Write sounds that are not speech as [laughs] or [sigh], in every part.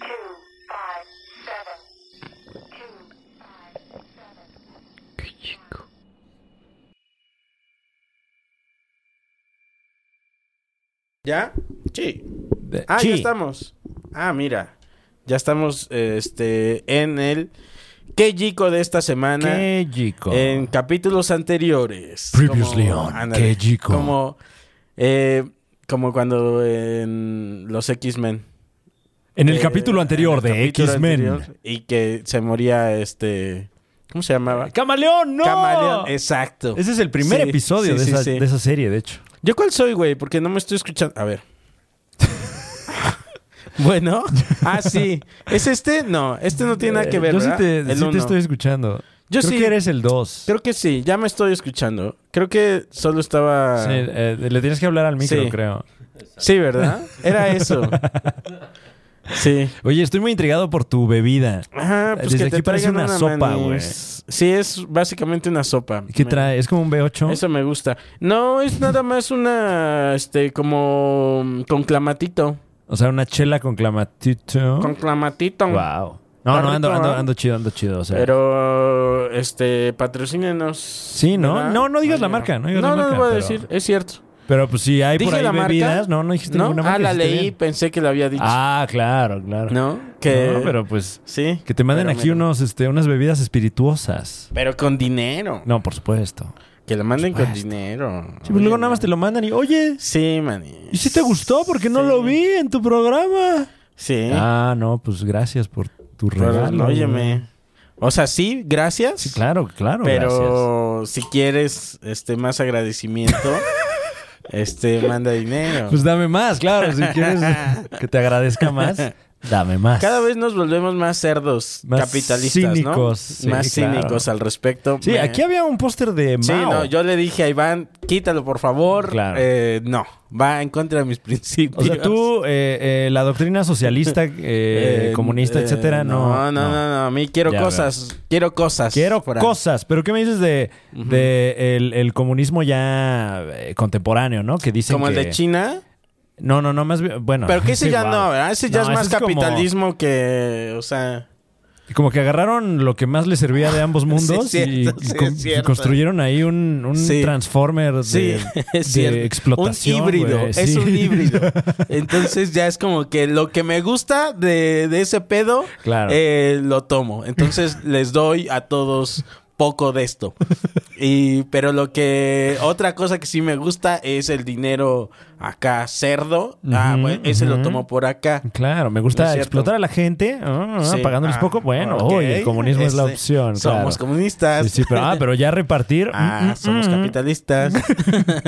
two, five, seven, two, five, seven. ¿Ya? Sí. De- Ah, sí. ya estamos. Ah, mira. Ya estamos este, en el ¿Qué chico de esta semana? Qué chico. En capítulos anteriores. Previously Como- on, ándale, qué chico. Como, eh, como cuando en los X-Men. En el Eh, capítulo anterior en el de capítulo X-Men. anterior, Y que se moría este... ¿Cómo se llamaba? ¡Camaleón, no! Camaleón. Exacto. Ese es el primer Sí, episodio sí, de, sí, esa, sí. de esa serie, de hecho. ¿Yo cuál soy, güey? Porque no me estoy escuchando. A ver. [laughs] [laughs] bueno. Ah, sí. ¿Es este? No, este no tiene nada que ver. Yo sí ¿verdad? te, El sí te uno. estoy escuchando. Yo Creo sí. que eres el 2. Creo que sí, ya me estoy escuchando. Creo que solo estaba. Sí, eh, le tienes que hablar al micro, Sí. creo. Sí, ¿verdad? Era [laughs] eso. Sí. Oye, estoy muy intrigado por tu bebida. Ah, pues Desde que te aquí parece traigan una sopa, güey. Sí, es básicamente una sopa. ¿Qué Me- trae? ¿Es como un B8? Eso me gusta. No, es nada más una, este, como mm, con clamatito. O sea, una chela con clamatito. Con clamatito. Wow. No, Está no, ando, rico, ando, ¿eh? ando chido, ando chido. O sea, Pero, este, patrocínenos. Sí, ¿no? No, no digas la Oye, marca, no digas la No, marca, lo voy a pero- decir, es cierto. pero pues si hay por ¿Dije ahí la marca? bebidas, no, no dijiste ¿No? ninguna marca. Ah, la hiciste leí, bien. pensé que la había dicho. Ah, claro, claro. ¿No? Que... No, pero pues Sí. que te manden Pero aquí mira. unos, este, unas bebidas espirituosas. Pero con dinero. No, por supuesto. Que la manden con Supuesto. dinero. Sí, pero luego nada más te lo mandan y, oye, Sí, maní. ¿y si te gustó? Porque no Sí. lo vi en tu programa. Pues, Sí. Ah, no, pues gracias por tu Pero, regalo. güey. óyeme. O sea, sí, gracias. Sí, claro, claro, gracias. Pero si quieres este más agradecimiento, [laughs] este manda dinero. Pues dame más, claro, si [laughs] quieres que te agradezca más, dame más. Cada vez nos volvemos más cerdos Más capitalistas, ¿no? cínicos, sí, más claro. cínicos al respecto. Sí, Me- aquí había un póster de Mao. Sí, no, yo le dije a Iván, quítalo por favor. Claro. Eh, no, va en contra de mis [laughs] O principios. sea, [laughs] tú, eh, eh, la doctrina socialista, eh, Eh, comunista, eh, etcétera, no. No, no, no, no, a mí quiero Ya cosas, quiero cosas. Quiero por ahí. cosas, pero ¿qué me dices de, de el, el comunismo ya eh, contemporáneo, no? Que dicen Como el que- de China. No, no, no, más bien, bueno. Pero que ese [laughs] sí, ya wow. no, ¿verdad? Ese ya No, es más ese como- capitalismo que, o sea... Como, que agarraron lo que más les servía de ambos [laughs] mundos Sí, es y, cierto, sí, con- es cierto. construyeron ahí un, un Sí. transformer de, Sí, [laughs] de es cierto. explotación. Un híbrido, güey, es sí. un híbrido. [laughs] Entonces ya es como que lo que me gusta de, de ese pedo, Claro. eh, lo tomo. [laughs] Entonces les doy a todos poco de esto. Y, pero lo que, otra cosa que sí me gusta es el dinero acá cerdo. ah, Ujú, bueno, ese lo ujú. tomo por acá. Claro, me No es gusta cierto. explotar a la gente, ah, ah, Sí. pagándoles Ah, poco. Bueno, ok. oye, el comunismo es la Este, opción. Somos claro. comunistas. Sí, sí, pero, [laughs] ah, pero ya repartir. mm, Ah, mm, somos mm, mm. [laughs] capitalistas. [laughs]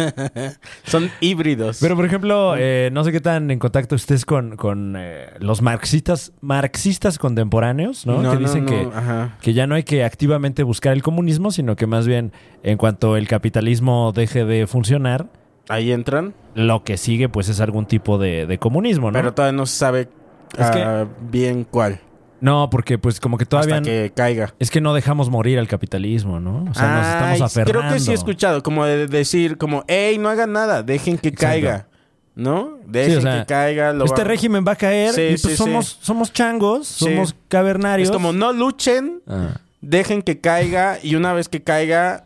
Son híbridos. Pero, por ejemplo, eh, no sé qué tan en contacto estés con, con eh, los marxistas, marxistas contemporáneos, ¿no? que dicen no, que, ajá. que ya no hay que activamente buscar el comunismo, sino que más bien en cuanto el capitalismo deje de funcionar, Ahí entran, lo que sigue pues es algún tipo de, de comunismo, ¿no? pero todavía no se sabe Es que- ah, bien cuál. no, porque pues como que todavía... hasta que caiga. Es que no dejamos morir al capitalismo, ¿no? O sea, nos Ay, estamos aferrando. Creo que sí he escuchado, como de decir, como, hey, no hagan nada, dejen que Exacto. caiga. ¿No? Dejen Sí, o sea, que caiga. lo Este va- régimen va a caer Sí, y pues sí, sí. somos, somos changos, Sí. somos cavernarios. Es como, no luchen, Ah. dejen que caiga y una vez que caiga,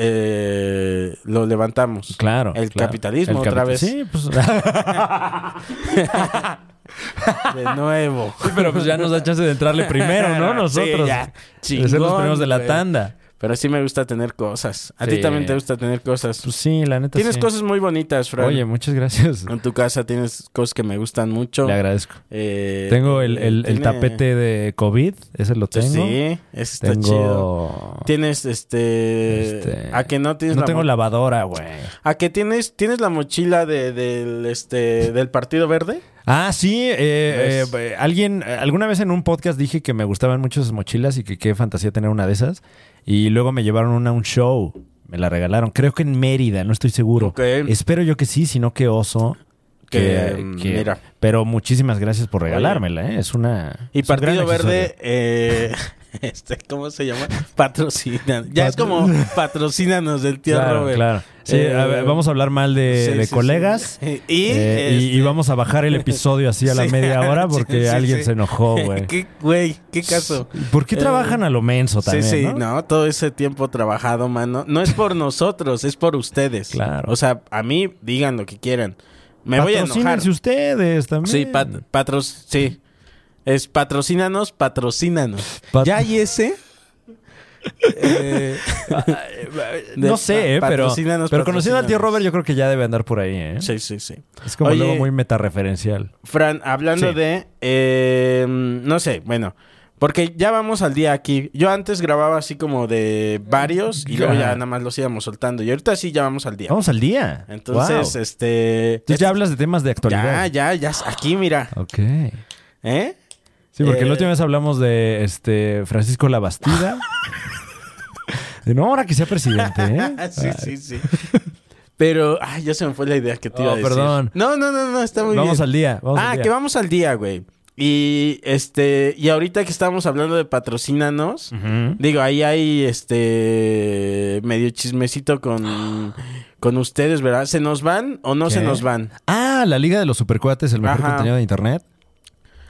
eh, lo levantamos. Claro. El claro. capitalismo El otra capi- vez. Sí, pues, [laughs] De [laughs] nuevo. pero pues ya nos da chance [laughs] de entrarle primero, ¿no? Nosotros. Sí, ya. de ser los Chingón, primeros de la güey. tanda. Pero sí me gusta tener cosas. A Sí. ti también te gusta tener cosas. Pues sí, la neta tienes sí. cosas muy bonitas, Fran. Oye, muchas gracias. En tu casa tienes cosas que me gustan mucho. Le agradezco. Eh, Tengo el, el- el tiene- Pues tapete de COVID, ese lo tengo. Sí, ese está tengo... chido. Tienes este... Este, A que no tienes No la tengo mo- lavadora, güey. A que tienes tienes la mochila de- del este del Partido Verde. Ah, sí. eh, ¿Ves? eh, alguien, eh, alguna vez en un podcast dije que me gustaban mucho esas mochilas y que qué fantasía tener una de esas. Y luego me llevaron una a un show. Me la regalaron. Creo que en Mérida, no estoy seguro. Ok. Espero yo que sí, sino que oso. Que, mm, mira. Pero muchísimas gracias por regalármela, ¿eh? Es una. Y es un gran Partido Verde, accesorio. eh, [laughs] este, ¿cómo se llama? Patrocina. Ya es como patrocínanos del tío Claro, Robert. claro. Sí, Eh, a ver, vamos a hablar mal de, sí, de sí, colegas. sí. [laughs] Y, Eh, y- y este- [laughs] vamos a bajar el episodio así a la Sí. media hora porque [laughs] Sí, sí, alguien sí. se enojó, [laughs] güey. ¿Qué, güey? ¿Qué caso? Eh, ¿Por qué trabajan a lo menso Sí, también? sí, ¿no? ¿no? todo ese tiempo trabajado, mano. No es por nosotros, es por ustedes. Claro. O sea, a mí digan lo que quieran. Me voy a enojar. Patrocínense ustedes también. Sí, pat- patro- sí. Es patrocínanos, patrocínanos. Pat- ya y [laughs] ese. Eh, no sé, eh, pa- pero, patrocínanos, pero conociendo al tío patrocínanos. Robert, yo creo que ya debe andar por ahí, ¿eh? Sí, sí, sí. Es como Oye, luego muy metareferencial. Fran, hablando Sí. de. eh, no sé, bueno. Porque ya vamos al día aquí. Yo antes grababa así como de varios y luego ya Ajá. nada más los íbamos soltando. Y ahorita sí ya vamos al día. Vamos al día. Entonces, Wow. este. Entonces ya hablas de temas de Ya, actualidad. ya, ya. Aquí, mira. Ok. ¿Eh? Sí, porque la Eh, última vez hablamos de este [laughs] Francisco Labastida. De no, ahora que sea presidente, ¿eh? sí, sí, sí. Pero, ay, ya se me fue la idea que te iba Oh, a decir. perdón. No, no, no, no, está [laughs] muy bien. Vamos al día. Vamos ah, al día. que vamos al día, güey. Y este, y ahorita que estábamos hablando de patrocínanos, Ujú. digo, ahí hay este medio chismecito con, con ustedes, ¿verdad? ¿Se nos van o no se ¿Qué? nos van? Ah, la Liga de los Supercuates, el mejor Ajá. contenido de internet.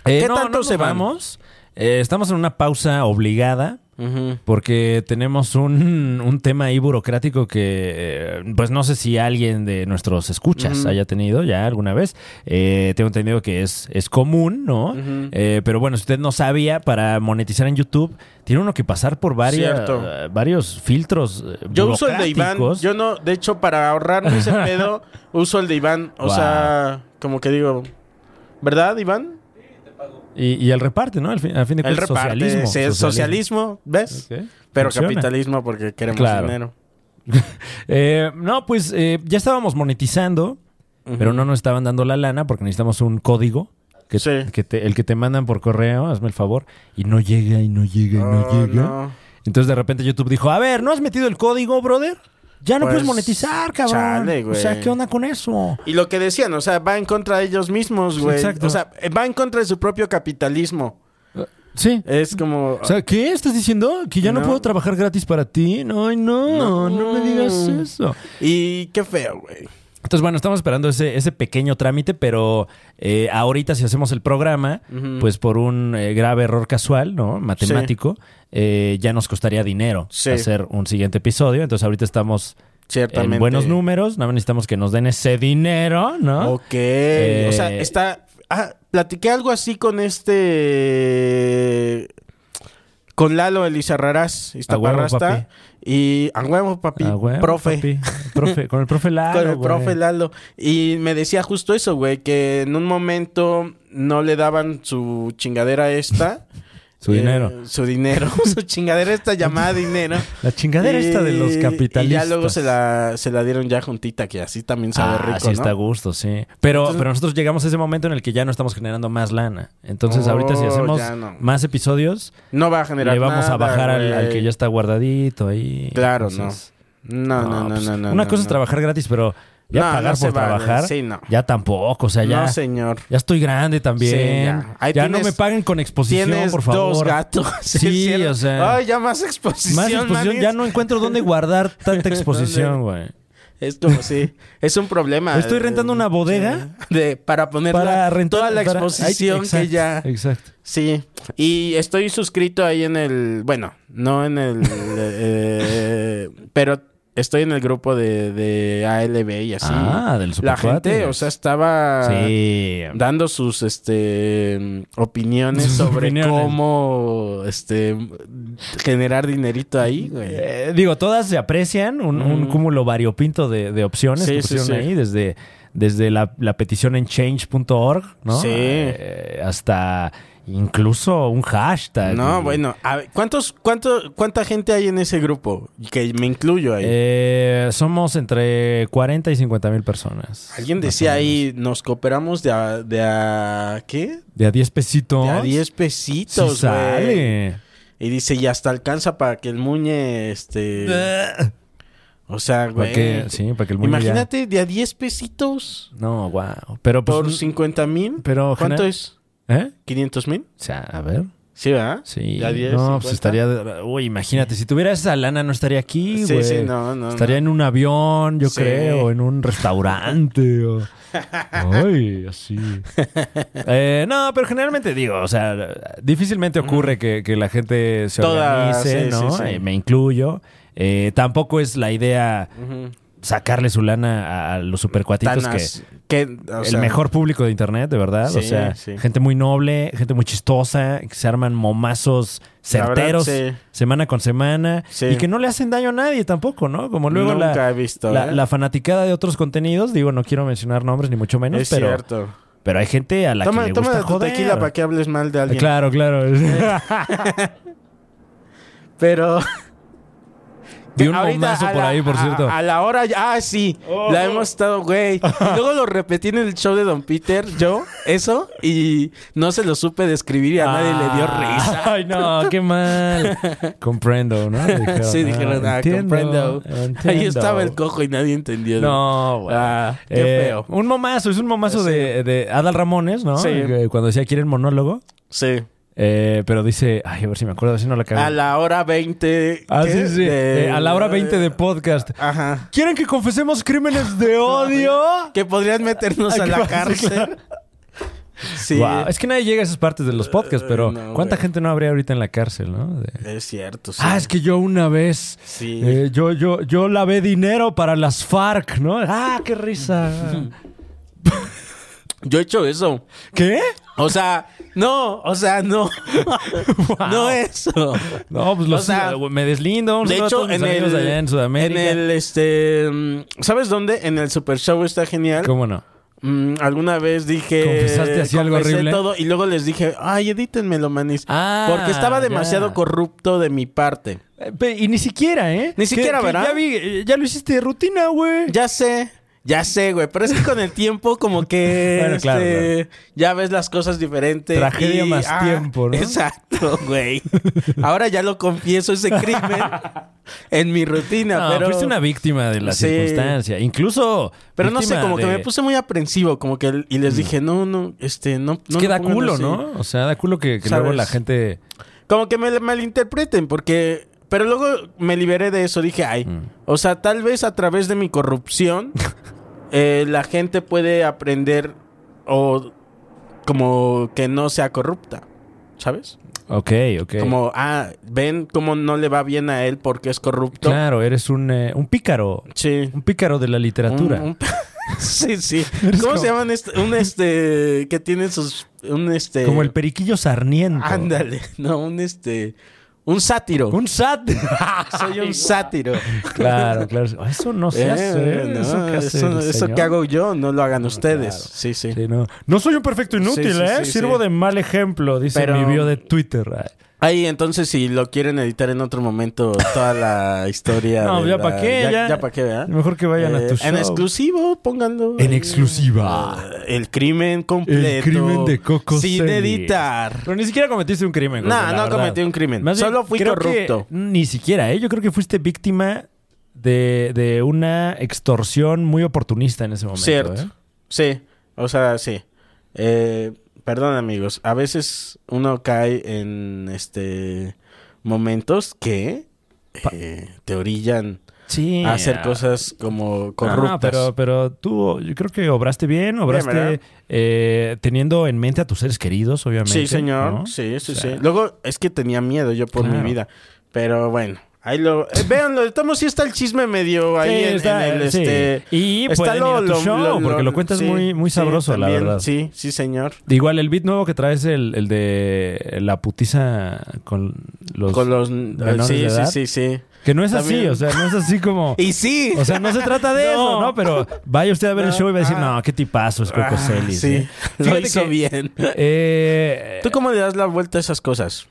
Eh, ¿Qué tanto nos se van? vamos? Eh, estamos en una pausa obligada. Ujú. Porque tenemos un, un tema ahí burocrático que, eh, pues no sé si alguien de nuestros escuchas Ujú. haya tenido ya alguna vez. Eh, tengo entendido que es, es común, ¿no? Ujú. Eh, pero bueno, si usted no sabía, para monetizar en YouTube, tiene uno que pasar por varias, Cierto. eh, varios filtros. eh, Yo uso el de Iván. burocráticos. Yo no, de hecho, para ahorrarme [laughs] ese pedo, uso el de Iván. O Wow. sea, como que digo, ¿verdad, Iván? Y, y el reparte, ¿no? Al fin, al fin de El cuentas, reparte, pues, socialismo. sí, es socialismo, ¿ves? Ok. Pero Funciona. capitalismo porque queremos Claro. dinero. Eh, no, pues eh, ya estábamos monetizando, pero no nos estaban dando la lana porque necesitamos un código. Que, Sí. que te- el que te mandan por correo, hazme el favor, y no llega, y no llega, y no Oh, llega. no. Entonces de repente YouTube dijo, a ver, ¿no has metido el código, brother? Ya no Pues, puedes monetizar, cabrón. chale, o sea, güey. ¿qué onda con eso? Y lo que decían, o sea, va en contra de ellos mismos, güey. Exacto. O sea, va en contra de su propio capitalismo. Sí. Es como... O sea, ¿qué estás diciendo? ¿Que ya no, No. puedo trabajar gratis para ti? No, no, no, me digas No. eso. y qué feo, güey. Entonces, bueno, estamos esperando ese, ese pequeño trámite, pero eh, ahorita si hacemos el programa, pues por un eh, grave error casual, ¿no? Matemático, eh, ya nos costaría dinero Sí. hacer un siguiente episodio. Entonces, ahorita estamos Ciertamente. en buenos números, nada más necesitamos que nos den ese dinero, ¿no? Ok. O sea, Eh, está. Ah, platiqué algo así con este. Con Lalo Elizarrarás, A Iztaparrasta. huevo, Y a huevo, papi. Ah, güey, profe. papi. Profe, Con el profe [laughs] Lalo. con el güey. profe Lalo. Y me decía justo eso, güey, que en un momento no le daban su chingadera esta. Su Eh, dinero. Su dinero. [laughs] su chingadera esta llamada dinero. La chingadera esta de los Y- Y ya capitalistas. luego se la, se la dieron ya juntita, que así también sabe Ah, rico, sí ¿no? está a gusto, sí. Pero, Entonces- pero nosotros llegamos a ese momento en el que ya no estamos generando más lana. Entonces, Oh, ahorita si hacemos ya no. más episodios, No va a generar le vamos nada, a bajar al, güey. al que ya está guardadito ahí. Claro, Entonces, No, no, no, pues, no, no. Una no, cosa es no. trabajar gratis, pero ya No, no pagar se por vale. trabajar. Sí, no. Ya tampoco, o sea, ya. No, señor. Ya estoy grande Sí, ya. también. ya Ahí tienes- no me paguen con exposición, Tienes por favor. dos gatos. [laughs] Sí, es cierto. o sea. Ay, ya más exposición. Más exposición, manis. [laughs] ya no encuentro dónde guardar tanta exposición, güey. Es como sí. Es un problema. Estoy de- rentando una bodega de para poner para rentar toda la para- exposición Ay, exacto, que ya. Exacto. Sí, y estoy suscrito ahí en el, bueno, no en el, [laughs] eh, pero estoy en el grupo de, de ALB y así. Ah, del La Supercuates. gente, o sea, estaba Sí. dando sus, este, opiniones Sus sobre opiniones. cómo, este, generar dinerito ahí, güey. Eh, digo, todas se aprecian, un, un cúmulo variopinto de, de opciones Sí, que sí, pusieron sí. ahí, desde, desde la, la petición en change.org, ¿no? Sí. Eh, hasta incluso un hashtag. No, Y- bueno, a ver, ¿cuántos, cuánto, cuánta gente hay en ese grupo? Que me incluyo ahí. Eh, somos entre 40 y 50 mil personas. Alguien decía ahí, nos cooperamos de a- de a ¿qué? De a 10 pesitos. De a 10 Sí pesitos, güey. sale. Y dice, y hasta alcanza para que el muñe, este... Eh, O sea, Para güey. que, sí, para que el mundo ya- Imagínate, de a 10 pesitos No, wow. Pero pues, por un- 50 mil. pero ¿Cuánto genera- es? ¿Eh? ¿500 mil? O sea, a ver. Sí, ¿verdad? Sí. De a 10, no, 50. pues estaría. de- Uy, imagínate, si tuviera esa lana no estaría aquí, Sí, güey. sí, no, no, Estaría en un avión, yo Sí. creo, en un [laughs] restaurante. o- Ay, así. Eh, no, pero generalmente digo, o sea, difícilmente ocurre que, que la gente se Toda- organice, sí, ¿no? sí, sí. Eh, me incluyo. Eh, tampoco es la idea Ujú. sacarle su lana a- a los supercuatitos que Tanas. Que, o sea, el mejor público de internet, de verdad. o Sí, sea, sí. gente muy noble, gente muy chistosa, que se arman momazos La verdad, certeros sí. semana con semana Sí. y que no le hacen daño a nadie tampoco, ¿no? Como luego la, Nunca he visto, la, ¿eh? la fanaticada de otros contenidos, digo, no quiero mencionar nombres ni mucho menos, Es pero, cierto. pero hay gente a la Toma, que le toma gusta de tu joder. Eh, tequila para que hables mal de alguien. Claro, claro. [laughs] Pero... Vi un Ahorita, momazo a por la- ahí, por a- cierto. A, la hora, ya- ah, sí, la hemos estado, [laughs] güey. Y luego lo repetí en el show de Don Peter, yo, eso, y no se lo supe describir y a nadie le dio risa. Ah. Ay, no, qué mal. [laughs] Comprendo, ¿no? [laughs] Dijeron, sí, dijeron, ah, entiendo, comprendo. Ahí entiendo. estaba el cojo y nadie entendió. No, güey. Ah, qué Eh, feo. Un momazo, es un momazo de, de Adal Ramones, ¿no? Sí. Que Cuando decía quieren monólogo. Sí. Eh, pero dice, ay, a ver si me acuerdo, si no la cago. A la hora 20. Ah, ¿qué? sí, sí. De- Ah. Eh, a la hora 20 de podcast. Ajá. ¿Quieren que confesemos crímenes [laughs] de odio? Que podrían meternos [laughs] Ay, a qué la pasa, cárcel. [laughs] Sí. Guau, Es que nadie llega a esas partes de los podcasts, pero no, ¿cuánta güey. gente no habría ahorita en la cárcel, no? De- Es cierto, sí. Ah, es que yo una vez. Sí. eh, yo, yo, yo lavé dinero para las FARC, ¿no? ¡Ah, qué [laughs] risa! Yo he hecho eso. ¿Qué? O sea, no, o sea, [laughs] no. No eso. No, pues los, O sea, me deslindo. Un De saludo a hecho, todos mis en amigos el, de allá en Sudamérica. en el, este, mm, ¿sabes dónde? En el Super Show está genial. ¿Cómo no? Mm, alguna vez dije, ¿Confesaste así algo confesé horrible? todo y luego les dije, ay, edítenmelo, manis, Ah, porque estaba ya. demasiado corrupto de mi parte. Eh, pe- Y ni siquiera, ¿eh? Ni siquiera, ¿verdad? ya, vi- eh, ya lo hiciste de rutina, güey. Ya sé, ya sé, güey, pero es que con el tiempo como que [laughs] Bueno, claro, este, ya ves las cosas diferentes. ah, Tragedia más tiempo, ¿no? [laughs] Exacto, güey. Ahora ya lo confieso ese crimen en mi rutina, No, pero fuiste una víctima de la Sí. circunstancia. Incluso. Pero no sé, víctima como que de- Mm. me puse muy aprensivo, como que y les dije, no, no, este, no. Es que da culo, ¿no? O sea, da culo que, que luego ¿Sabes? la gente. Como que me le- malinterpreten, porque. Pero luego me liberé de eso, dije, ay. Mm. O sea, tal vez a través de mi [laughs] corrupción, eh, la gente puede aprender o como que no sea corrupta, ¿sabes? Ok, ok. Como, ah, ven cómo no le va bien a él porque es corrupto. Claro, eres un, eh, un pícaro. Sí. Un pícaro de la literatura. Un- un- [laughs] sí, sí. [laughs] Eres ¿Cómo como- se llaman? Este, un este. Que tienen sus. Un este. Como el periquillo [laughs] sarniento. Ándale. No, un este. Un sátiro. Un sat. [laughs] Soy un sátiro. claro, claro. Eso no se Eh, hace. no, eso que hace eso- el eso señor. que hago yo no lo hagan ustedes. Sí, sí. Sí, no. No soy un perfecto inútil, Sí, sí, ¿eh? sí, Sirvo sí. de mal ejemplo, dice Pero- mi bio de Twitter. Ay. Ahí, entonces, si lo quieren editar en otro momento, toda la historia. No, de ya la- pa' qué, Ya, ya. para qué, ¿verdad? Eh, Mejor que vayan a tu En show. exclusivo, pónganlo. En ahí. exclusiva. Eh, El crimen completo. El crimen de Coco Sin Celis. editar. Pero ni siquiera cometiste un crimen. No, Goku, la no verdad. cometí un crimen. Solo fui creo corrupto. que ni siquiera, ¿eh? Yo creo que fuiste víctima de, de una extorsión muy oportunista en ese momento. Cierto. ¿eh? Sí, o sea, sí. Eh, perdón, amigos. A veces uno cae en este momentos que eh, te orillan Sí. a hacer cosas como Ah, No, corruptas. pero, pero tú, yo creo que obraste bien, obraste ¿verdad? eh, teniendo en mente a tus seres queridos, obviamente. Sí, señor. ¿no? Sí, sí, O sea, sí. Luego, es que tenía miedo yo por mi Claro. vida. Pero bueno, ahí lo. eh, véanlo, de todos modos sí está el chisme medio ahí Sí, en- en, está, el sí. este. Y pueden ir a tu show, porque lo cuentas muy- muy sabroso, la verdad. Sí, sí, señor. Igual el beat nuevo que traes, el, el de la putiza con los. Con los. menores sí, de edad, sí, sí, sí. Que no es así, También. o sea, no es así como. [laughs] Y sí. O sea, no se trata de [laughs] No. eso, ¿no? Pero vaya usted a ver el show y va a decir, no, qué tipazo es Coco Ah, Celis. sí. ¿eh? [laughs] Lo Fíjate hizo bien. Eh, ¿Tú cómo le das la vuelta a esas cosas?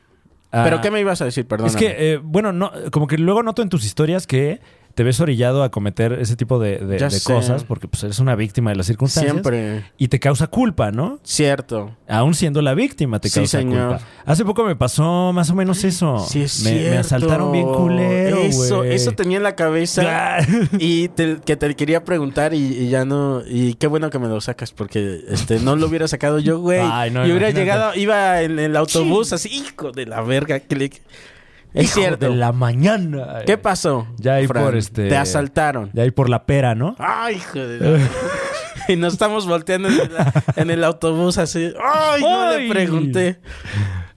ah, ¿Pero qué me ibas a decir? Perdón. Es que, eh, bueno, no, como que luego noto en tus historias que te ves orillado a cometer ese tipo de, de- Ya de sé. cosas porque pues, eres una víctima de las circunstancias. Siempre. Y te causa culpa, ¿no? Cierto. Aún siendo la víctima te Sí, causa señor. culpa. Hace poco me pasó más o menos eso. Sí, es me, me cierto. asaltaron bien culero, Eso, güey. [laughs] eso tenía en la cabeza. Ah. Y te- que te quería preguntar y, y ya no... Y qué bueno que me lo sacas porque este no lo hubiera sacado yo, güey. Ay, no, y hubiera imagínate. llegado, iba en el autobús así, hijo de la verga, clic. Es Hijo cierto. de la mañana. ¿Qué pasó? Ya ahí Fran? por este- Te asaltaron. De ahí por la pera, ¿no? Ay, hijo de la- [laughs] Y nos estamos volteando en el, en el autobús así. Ay, no Ay. le pregunté.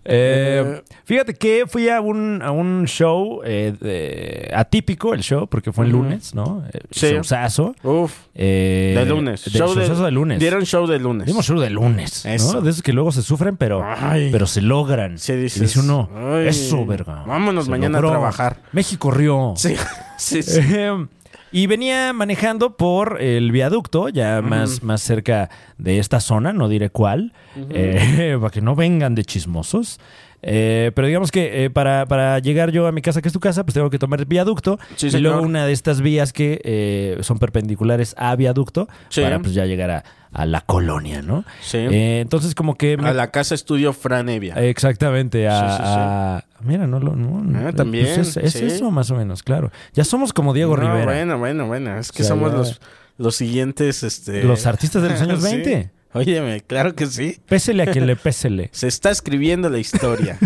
Eh, fíjate que fui a un, a un show eh, de- atípico, el show, porque fue el lunes, ¿no? Eh, Sí. Showzazo. Uf. Eh, De lunes. de- showzazo de lunes. Dieron show de lunes. Dimos show de lunes. ¿no? Eso. De esos que luego se sufren, pero, Ay. pero se logran. Sí, dices, y dice uno, ay, eso, verga. vámonos Se mañana a trabajar. México rió. Sí, [laughs] sí, sí. Eh, y venía manejando por el viaducto, ya más, más cerca de esta zona, no diré cuál, eh, [laughs] para que no vengan de chismosos. Eh, pero digamos que eh, para, para llegar yo a mi casa, que es tu casa, pues tengo que tomar el viaducto. Sí, y señor. luego una de estas vías que eh, son perpendiculares a viaducto Sí. para pues ya llegar a, a la colonia, ¿no? Sí. Eh, entonces como que... me- A la casa estudio Fran Evia. Eh, Exactamente, a, Sí, sí, sí. a- Mira, no lo... no, no, pues también, es es sí. eso más o menos, claro. Ya somos como Diego No, Rivera. Bueno, bueno, bueno. Es que O sea, somos ya- los, los siguientes. Este... Los artistas de [laughs] los años Sí. 20. Óyeme, claro que sí. Pésele a quien le pésele. Se está escribiendo la [laughs] historia.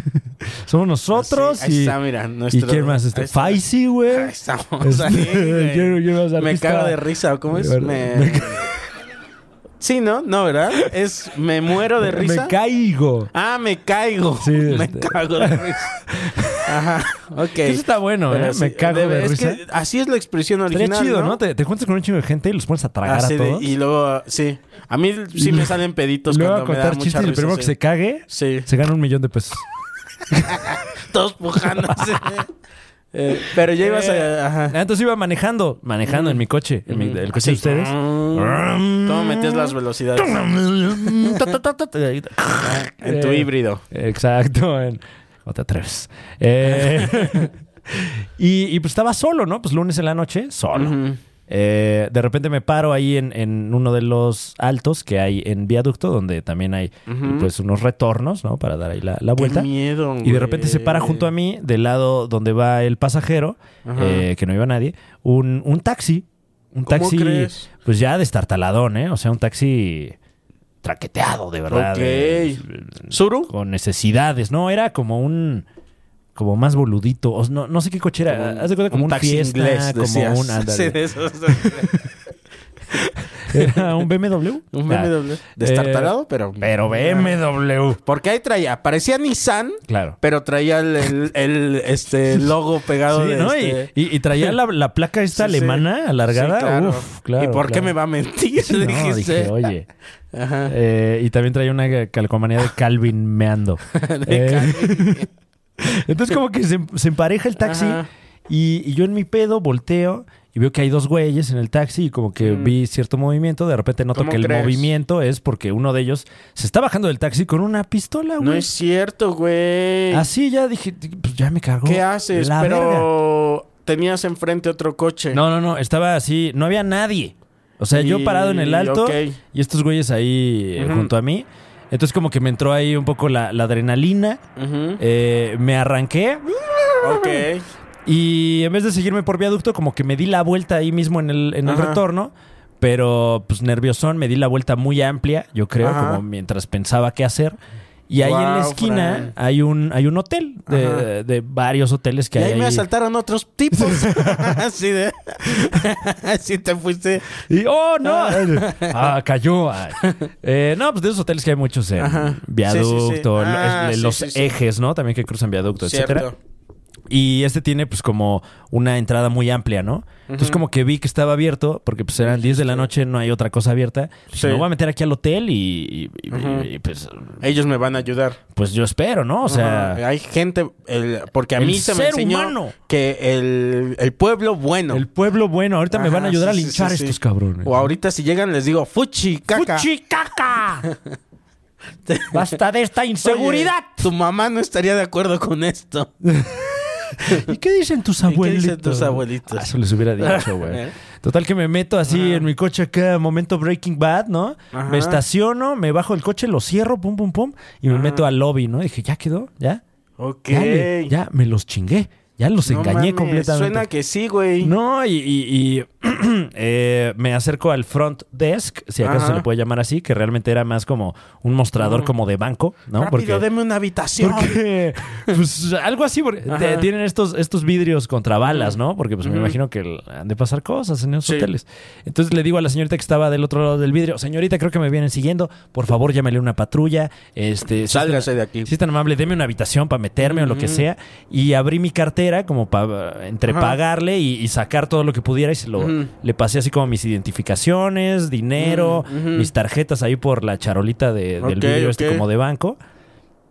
Somos nosotros Sí, ahí y. está, mira, nuestro- ¿Y quién más? Este, ahí está. Faisy, güey. Este, Ahí estamos. ahí, güey. [laughs] Yo- yo era me artista. cago de risa. ¿Cómo es? De Me... verdad. Me Sí, ¿no? No, ¿verdad? Es me muero de risa. Me caigo. Ah, me caigo. [laughs] Sí, me este. cago de risa. Ajá, ok. Eso está bueno, Pero ¿eh? sí, me cago de es risa. que así es la expresión Estaría original, chido, ¿no? ¿no? Te, te juntas con un chingo de gente y los pones a tragar Así de- a todos. y luego, sí. A mí sí me salen peditos luego a cuando me da contar mucha chistes y el risa. primero sí. que se cague Sí. [laughs] se gana un millón de pesos. Todos pujándose. Eh, pero ya ibas a... Ajá. Ah, Entonces iba manejando, manejando en mi coche, en mi- el Mm. Así. [laughs] coche de ustedes. [laughs] Mm. ¿Cómo metías las velocidades? En tu Eh, híbrido. Exacto. [laughs] en- No te atreves. Eh, [laughs] y, y pues estaba solo, ¿no? Pues lunes en la noche, solo. Eh, de repente me paro ahí en, en uno de los altos que hay en viaducto, donde también hay pues unos retornos, ¿no? Para dar ahí la, la Qué vuelta. miedo, Y de repente se para junto a mí, del lado donde va el pasajero, eh, que no iba nadie, un, un taxi. Un ¿Cómo taxi, crees? pues ya destartaladón, ¿eh? O sea, un taxi traqueteado, de verdad. Ok. de- ¿Suru? con necesidades. No, era como un. Como más boludito. O s- no, no sé qué coche era. Haz de cuenta como un, fiesta, como decías. un. [laughs] ándale. Sí, de esos. [laughs] Era un BMW. Un BMW. Ah. Destartalado, Eh, pero... Pero BMW. Porque ahí traía, parecía Nissan, Claro. pero traía el, el- el, este logo pegado Sí, de ¿no? Y- este- y, y traía la, la placa [laughs] esta Sí, sí. alemana alargada. Sí, claro. Uf, claro, ¿Y por qué claro. me va a mentir? [laughs] Sí, no, Dijiste. dije, oye. Ajá. Eh, y también traía una calcomanía de [laughs] Calvin meando. De Eh, [laughs] Entonces como que se, se empareja el taxi Ajá. y, y yo en mi pedo volteo y veo que hay dos güeyes en el taxi y como que vi cierto movimiento. De repente noto Mm. ¿Cómo que el crees? movimiento es porque uno de ellos se está bajando del taxi con una pistola, No güey. es cierto, güey. Así ya dije, pues ya me cargó. ¿Qué haces? La verga. pero tenías enfrente otro coche. No, no, no, estaba así, no había nadie. O sea, yo Y- parado en el alto ok. y estos güeyes ahí eh, Ujú. junto a mí. Entonces como que me entró ahí un poco la, la adrenalina. Ujú. Eh, me arranqué. Ok. Y en vez de seguirme por viaducto, como que me di la vuelta ahí mismo en el, en el Ajá. retorno. Pero pues nerviosón, me di la vuelta muy amplia, yo creo, Ajá. como mientras pensaba qué hacer. Y ahí en la Guau, esquina Fran. hay un, hay un hotel de, de varios hoteles que y hay. ahí me ahí. asaltaron otros [laughs] tipos. [laughs] Así de. [laughs] Así te fuiste. Y, oh, no. [laughs] ah, cayó. Ay. Eh, no, pues de esos hoteles que hay muchos en Ajá. viaducto, Sí, sí, sí. lo- Ah, es- sí, los sí, sí. ejes, ¿no? También que cruzan viaducto, etcétera. Cierto. Y este tiene, pues, como una entrada muy amplia, ¿no? Entonces, como que vi que estaba abierto, porque pues eran 10 de la noche, no hay otra cosa abierta. Dije, Sí. Me voy a meter aquí al hotel y, y- y- Ujú. y, pues, Ellos me van a ayudar. pues yo espero, ¿no? O sea, Ajá. hay gente. el- porque a el mí se me ser enseñó humano. que el, el pueblo bueno. el pueblo bueno, ahorita me Ajá, van a sí, ayudar a sí, linchar sí, sí. estos cabrones. O ahorita si llegan les digo, fuchi, caca. [laughs] ¡Fuchicaca! ¡Basta de esta Oye, inseguridad! tu mamá no estaría de acuerdo con esto. [laughs] ¿Y qué dicen tus [laughs] ¿Y qué abuelitos? dicen tus abuelitos? Ah, eso [laughs] les hubiera dicho, güey. ¿Eh? Total que me meto así en mi coche acá, momento Breaking Bad, ¿no? Ajá. Me estaciono, me bajo el coche, lo cierro, pum, pum, pum, y me meto al lobby, ¿no? dije, ya quedó, ya. Ok. Ya, le- ya me los chingué. Ya los No engañé mames, completamente. Suena que sí, güey. No, y, y- [clears throat] y, eh, me acerco al front desk, si acaso Ajá. se le puede llamar así, que realmente era más como un mostrador como de banco, ¿no? Rápido, deme una habitación. Porque, pues, algo así, porque Ajá. te- tienen estos, estos vidrios contra balas, ¿no? Porque, pues, me Ujú. imagino que el- han de pasar cosas en esos Sí. hoteles. Entonces le digo a la señorita que estaba del otro lado del vidrio, señorita, creo que me vienen siguiendo, por favor, llámale una patrulla, este... si [laughs] es Sálgase tan- de aquí. Si es tan amable, deme una habitación para meterme o lo que sea. Y abrí mi cartera como para entre Ajá. pagarle y, y sacar todo lo que pudiera y se lo... Ujú. Le pasé así como mis identificaciones, dinero, Ujú, ujú. mis tarjetas ahí por la charolita de, del Ok, vidrio este ok. como de banco.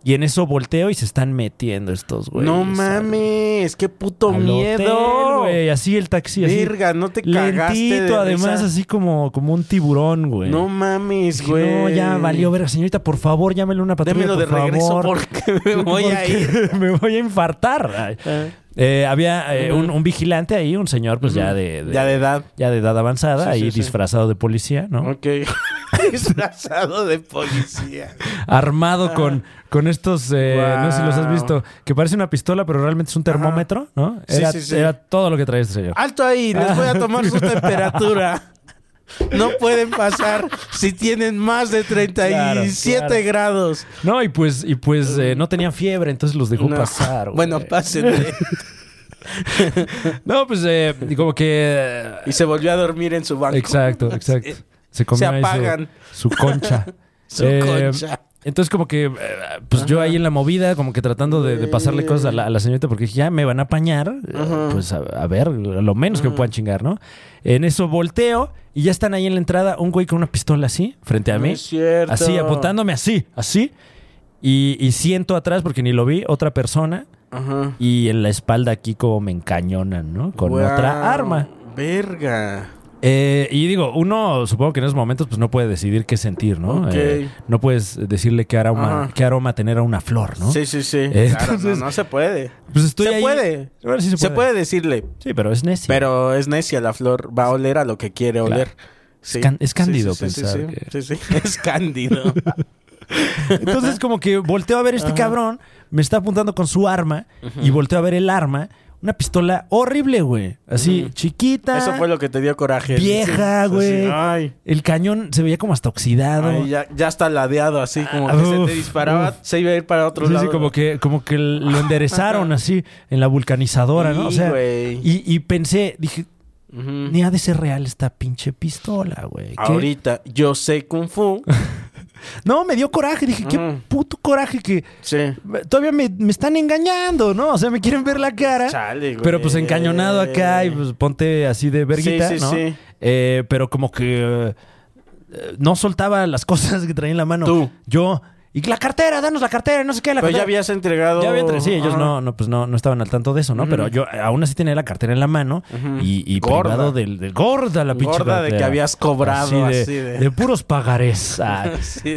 Y en eso volteo y se están metiendo estos güeyes. no al- mames, qué puto al hotel, miedo. güey. Así el taxi, así. Virga, no te cagaste. de Lentito, además, risa. así como, como un tiburón, güey. No mames, Dije, güey. No, ya valió ver, señorita, por favor, llámele una patrulla. Démelo de por regreso favor. porque me voy a Porque ir. me voy a infartar. Ay. Ah. Eh, había eh, un, un vigilante ahí, un señor, pues [laughs] ya de, de- Ya de edad. ya de edad avanzada, Sí, ahí sí, sí. disfrazado de policía, ¿no? Ok. [laughs] Disfrazado de policía. armado Ah. con, con estos, eh, no sé si los has Wow. visto, que parece una pistola, pero realmente es un termómetro, ¿no? Sí, Era, sí, sí. era todo lo que traía este señor. Alto ahí, les voy a tomar [laughs] su temperatura. No pueden pasar si tienen más de 37 Claro, claro. grados. No, y pues, y pues eh, no tenían fiebre, entonces los dejó No. pasar. güey. Bueno, pásenle. No, pues eh, y como que... Y se volvió a dormir en su banco. Exacto, exacto. [laughs] Sí. Se comió ahí su- apagan. Su, concha. [laughs] Eh, Su concha. Entonces, como que, eh, pues yo ahí en la movida, como que tratando de, de pasarle cosas a la, a la señorita, porque dije, ya me van a apañar, eh, pues a, a ver, lo menos que me puedan chingar, ¿no? En eso volteo y ya están ahí en la entrada un güey con una pistola así, frente a No mí. es cierto. Así, apuntándome así, así. Y, y siento atrás, porque ni lo vi, otra persona. Ajá. Y en la espalda aquí como me encañonan, ¿no? Con Wow. otra arma. Verga. Eh, y digo, uno supongo que en esos momentos pues no puede decidir qué sentir, ¿no? Ok. Eh, no puedes decirle qué aroma, Ajá. qué aroma tener a una flor, ¿no? Sí, sí, sí. Claro, Entonces- no, no se puede. Pues estoy se ahí- puede. Bueno, sí se, puede. decirle, Sí, pero es necio. pero es necia la flor. Va a oler a lo que quiere Claro. oler. Sí. can- es cándido sí, sí, pensar sí, que- sí, [laughs] sí. Es cándido. Entonces como que volteo a ver este cabrón, me está apuntando con su arma y volteo a ver el arma, una pistola horrible, güey. Así, chiquita. Eso fue lo que te dio coraje. Vieja, Sí, sí, güey. sí. Ay. El cañón se veía como hasta oxidado. Ay, ya, ya está ladeado así, como que se Ah, Uf, te disparaba, uf. se iba a ir para otro Sí, lado. sí, como que, como que lo enderezaron [laughs] así en la vulcanizadora, ¿no? O Sí, sea, güey. y, y pensé, dije, Ujú. ni ha de ser real esta pinche pistola, güey. ¿Qué- Ahorita, yo sé Kung Fu. [laughs] No, me dio coraje, dije, qué Ujú. puto coraje que Sí. todavía me, me están engañando, ¿no? O sea, me quieren ver la cara. Chale, güey. Pero pues encañonado acá y pues ponte así de verguita, Sí, sí, ¿no? sí. Eh, pero como que eh, no soltaba las [laughs] cosas que traía en la mano. Tú. Yo. Y la cartera, danos la cartera, no sé qué, la Pero ya cartera. habías entregado. Ya había entre- sí, ellos Ajá. no, no, pues no, no estaban al tanto de eso, ¿no? Pero yo eh, aún así tenía la cartera en la mano y, y Gorda. privado del, del- gorda la pinche Gorda de cartera. que habías cobrado, así de, de- de puros pagarés, ah, [laughs] Sí.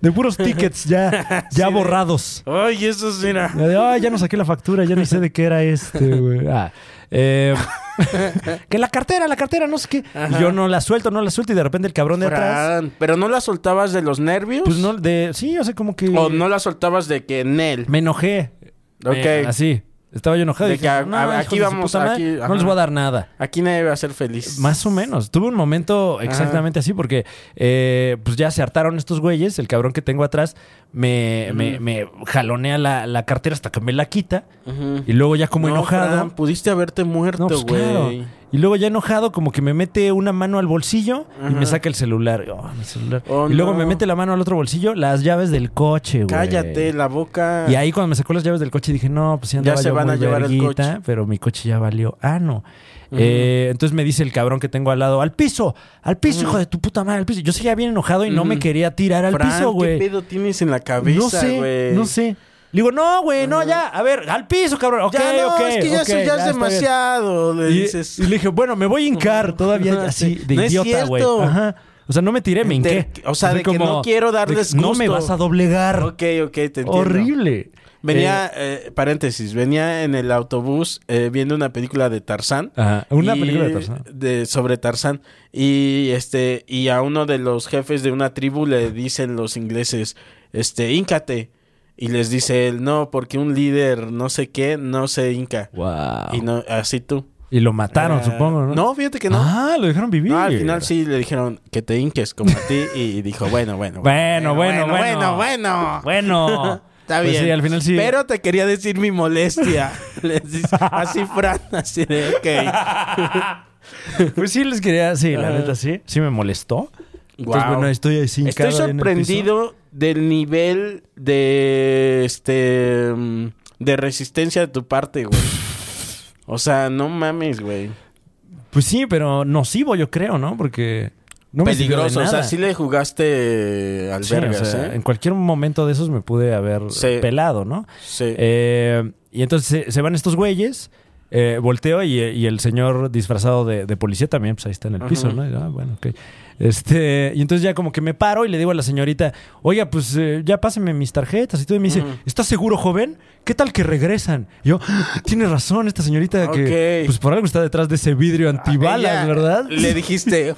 de puros [laughs] tickets ya, ya borrados. Ay, eso es, mira. Ya de, "Ay, ya no saqué la factura, ya ni sé de qué era este, güey. Ah, eh, [laughs] que la cartera, la cartera, no sé qué. Y yo no la suelto, no la suelto y de repente el cabrón de atrás, Fran, Pero no la soltabas de los nervios. pues no, de, sí, o sea, como que O no la soltabas de que en él. me enojé. Ok. Eh, así. Estaba yo enojado. De y que a- a- hijos aquí de su vamos, puta madre, aquí- no les ajá. voy a dar nada. Aquí nadie va a ser feliz. Más o menos. Tuve un momento exactamente así porque eh, pues ya se hartaron estos güeyes. El cabrón que tengo atrás me, me- me jalonea la, la cartera hasta que me la quita. Y luego ya como No, enojado... Fran, pudiste haberte muerto, No, güey. pues claro. Y luego ya enojado, como que me mete una mano al bolsillo y me Ajá. saca el celular. Oh, mi celular. Oh, y luego no. me mete la mano al otro bolsillo, las llaves del coche, güey. Cállate la boca. Y ahí cuando me sacó las llaves del coche dije, no, pues ya, andaba se yo van muy a llevar el verguita, coche. Pero mi coche ya valió. Ah, no. Eh, entonces me dice el cabrón que tengo al lado, al piso, al piso, hijo de tu puta madre, al piso. Yo seguía bien enojado y no me quería tirar al Fran, piso, güey. ¿Qué pedo tienes en la cabeza, no sé, güey? no sé. Le digo, no, güey, no, ya, a ver, al piso, cabrón. Ok, Ya no, ok, es que ya ok, eso ya es está bien. demasiado. Le Y, dices. y le dije, bueno, me voy a hincar [laughs] todavía así de No es idiota, güey. cierto. Ajá. O sea, no me tiré, me Te- hinqué. o sea, de que no quiero de que darles No me gusto. vas a doblegar. Ok, ok, te entiendo. Horrible. Venía, eh, paréntesis, venía en el autobús eh, viendo una película de Tarzán. Ajá, una Y- película de Tarzán. de- sobre Tarzán. Y este, y a uno de los jefes de una tribu le dicen los ingleses, este, íncate. Y les dice él, no, porque un líder no sé qué, no se hinca. Wow. Y no, así tú. Y lo mataron, Eh, supongo, ¿no? No, fíjate que no. Ah, lo dejaron vivir. No, al final sí le dijeron que te hinques como a ti [laughs] y dijo, bueno, bueno. Bueno, bueno, Bueno, bueno. bueno. Bueno. [laughs] Está Pues bien. sí, al final sí. Pero te quería decir mi molestia. [laughs] Les dice- así Fran, así de, ok. [laughs] pues sí les quería, sí, la Ajá. neta sí. Sí me molestó. Entonces, Guau. bueno, estoy así hincado Estoy ahí en el piso. sorprendido del nivel de este mm, de resistencia de tu parte, güey. O sea, no mames, güey. Pues sí, pero nocivo, yo creo, ¿no? Porque no me sirvió de Peligroso, o sea, nada. sí le jugaste al Sí, vergas, o sea, ¿eh? En cualquier momento de esos me pude haber Sí. pelado, ¿no? Sí. Eh, y entonces se, se van estos güeyes. eh, volteo y, y el señor disfrazado de, de policía también, pues ahí está en el piso, ¿no? Y, ah, bueno, ok. Este, y entonces ya como que me paro y le digo a la señorita, oiga, pues eh, ya pásenme mis tarjetas. Y todo y me dice, ¿estás seguro, joven? ¿Qué tal que regresan? Y yo, "Ah, tiene razón esta señorita que, Ok. Ah, pues por algo está detrás de ese vidrio antibalas, Ella- ¿verdad? Le [laughs] dijiste.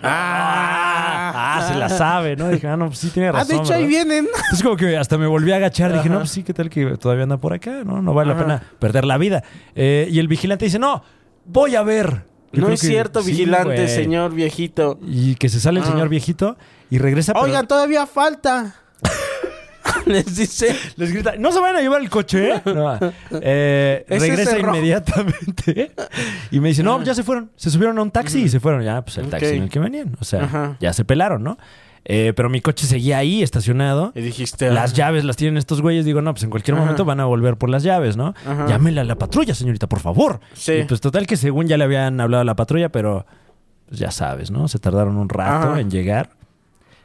Ah, se la sabe, ¿no? Dije, ah, no, pues sí tiene razón. Ah, de hecho ahí ¿verdad?". vienen. Entonces como que hasta me volví a agachar. Dije, no, pues sí, ¿qué tal que todavía anda por acá? No, no vale la pena perder la vida. Eh, y el vigilante dice, no, voy a ver. Yo no creo es que- cierto, sí, vigilante, güey. señor viejito. Y que se sale el Ah. señor viejito y regresa. pero Oigan, todavía [laughs] falta. [laughs] Les dice. les grita, no se vayan a llevar el coche. [laughs] ¿eh?". No. Eh, Ese regresa cerró. inmediatamente [laughs] y me dice, no, ya se fueron. Se subieron a un taxi y se fueron. Ya, pues el taxi Ok. en el que venían. O sea, Ajá. ya se pelaron, ¿no? Eh, pero mi coche seguía ahí, estacionado. Y dijiste. "Ah, Las llaves las tienen estos güeyes. Digo, no, pues en cualquier momento van a volver por las llaves, ¿no? Ajá. Llámela a la patrulla, señorita, por favor. Sí. Y pues total que según ya le habían hablado a la patrulla, pero pues, ya sabes, ¿no? Se tardaron un rato Ajá. en llegar.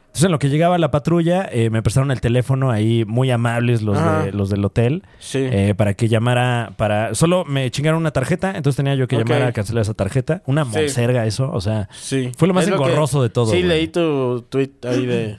Entonces, en lo que llegaba la patrulla, eh, me prestaron el teléfono ahí, muy amables los, Ajá. de- los del hotel, Sí. eh, para que llamara, para... Solo me chingaron una tarjeta, entonces tenía yo que Ok. llamar a cancelar esa tarjeta. Una Sí. monserga eso, o sea... sí. fue lo más Es engorroso de todo, Sí, güey. leí tu tweet ahí [laughs] de.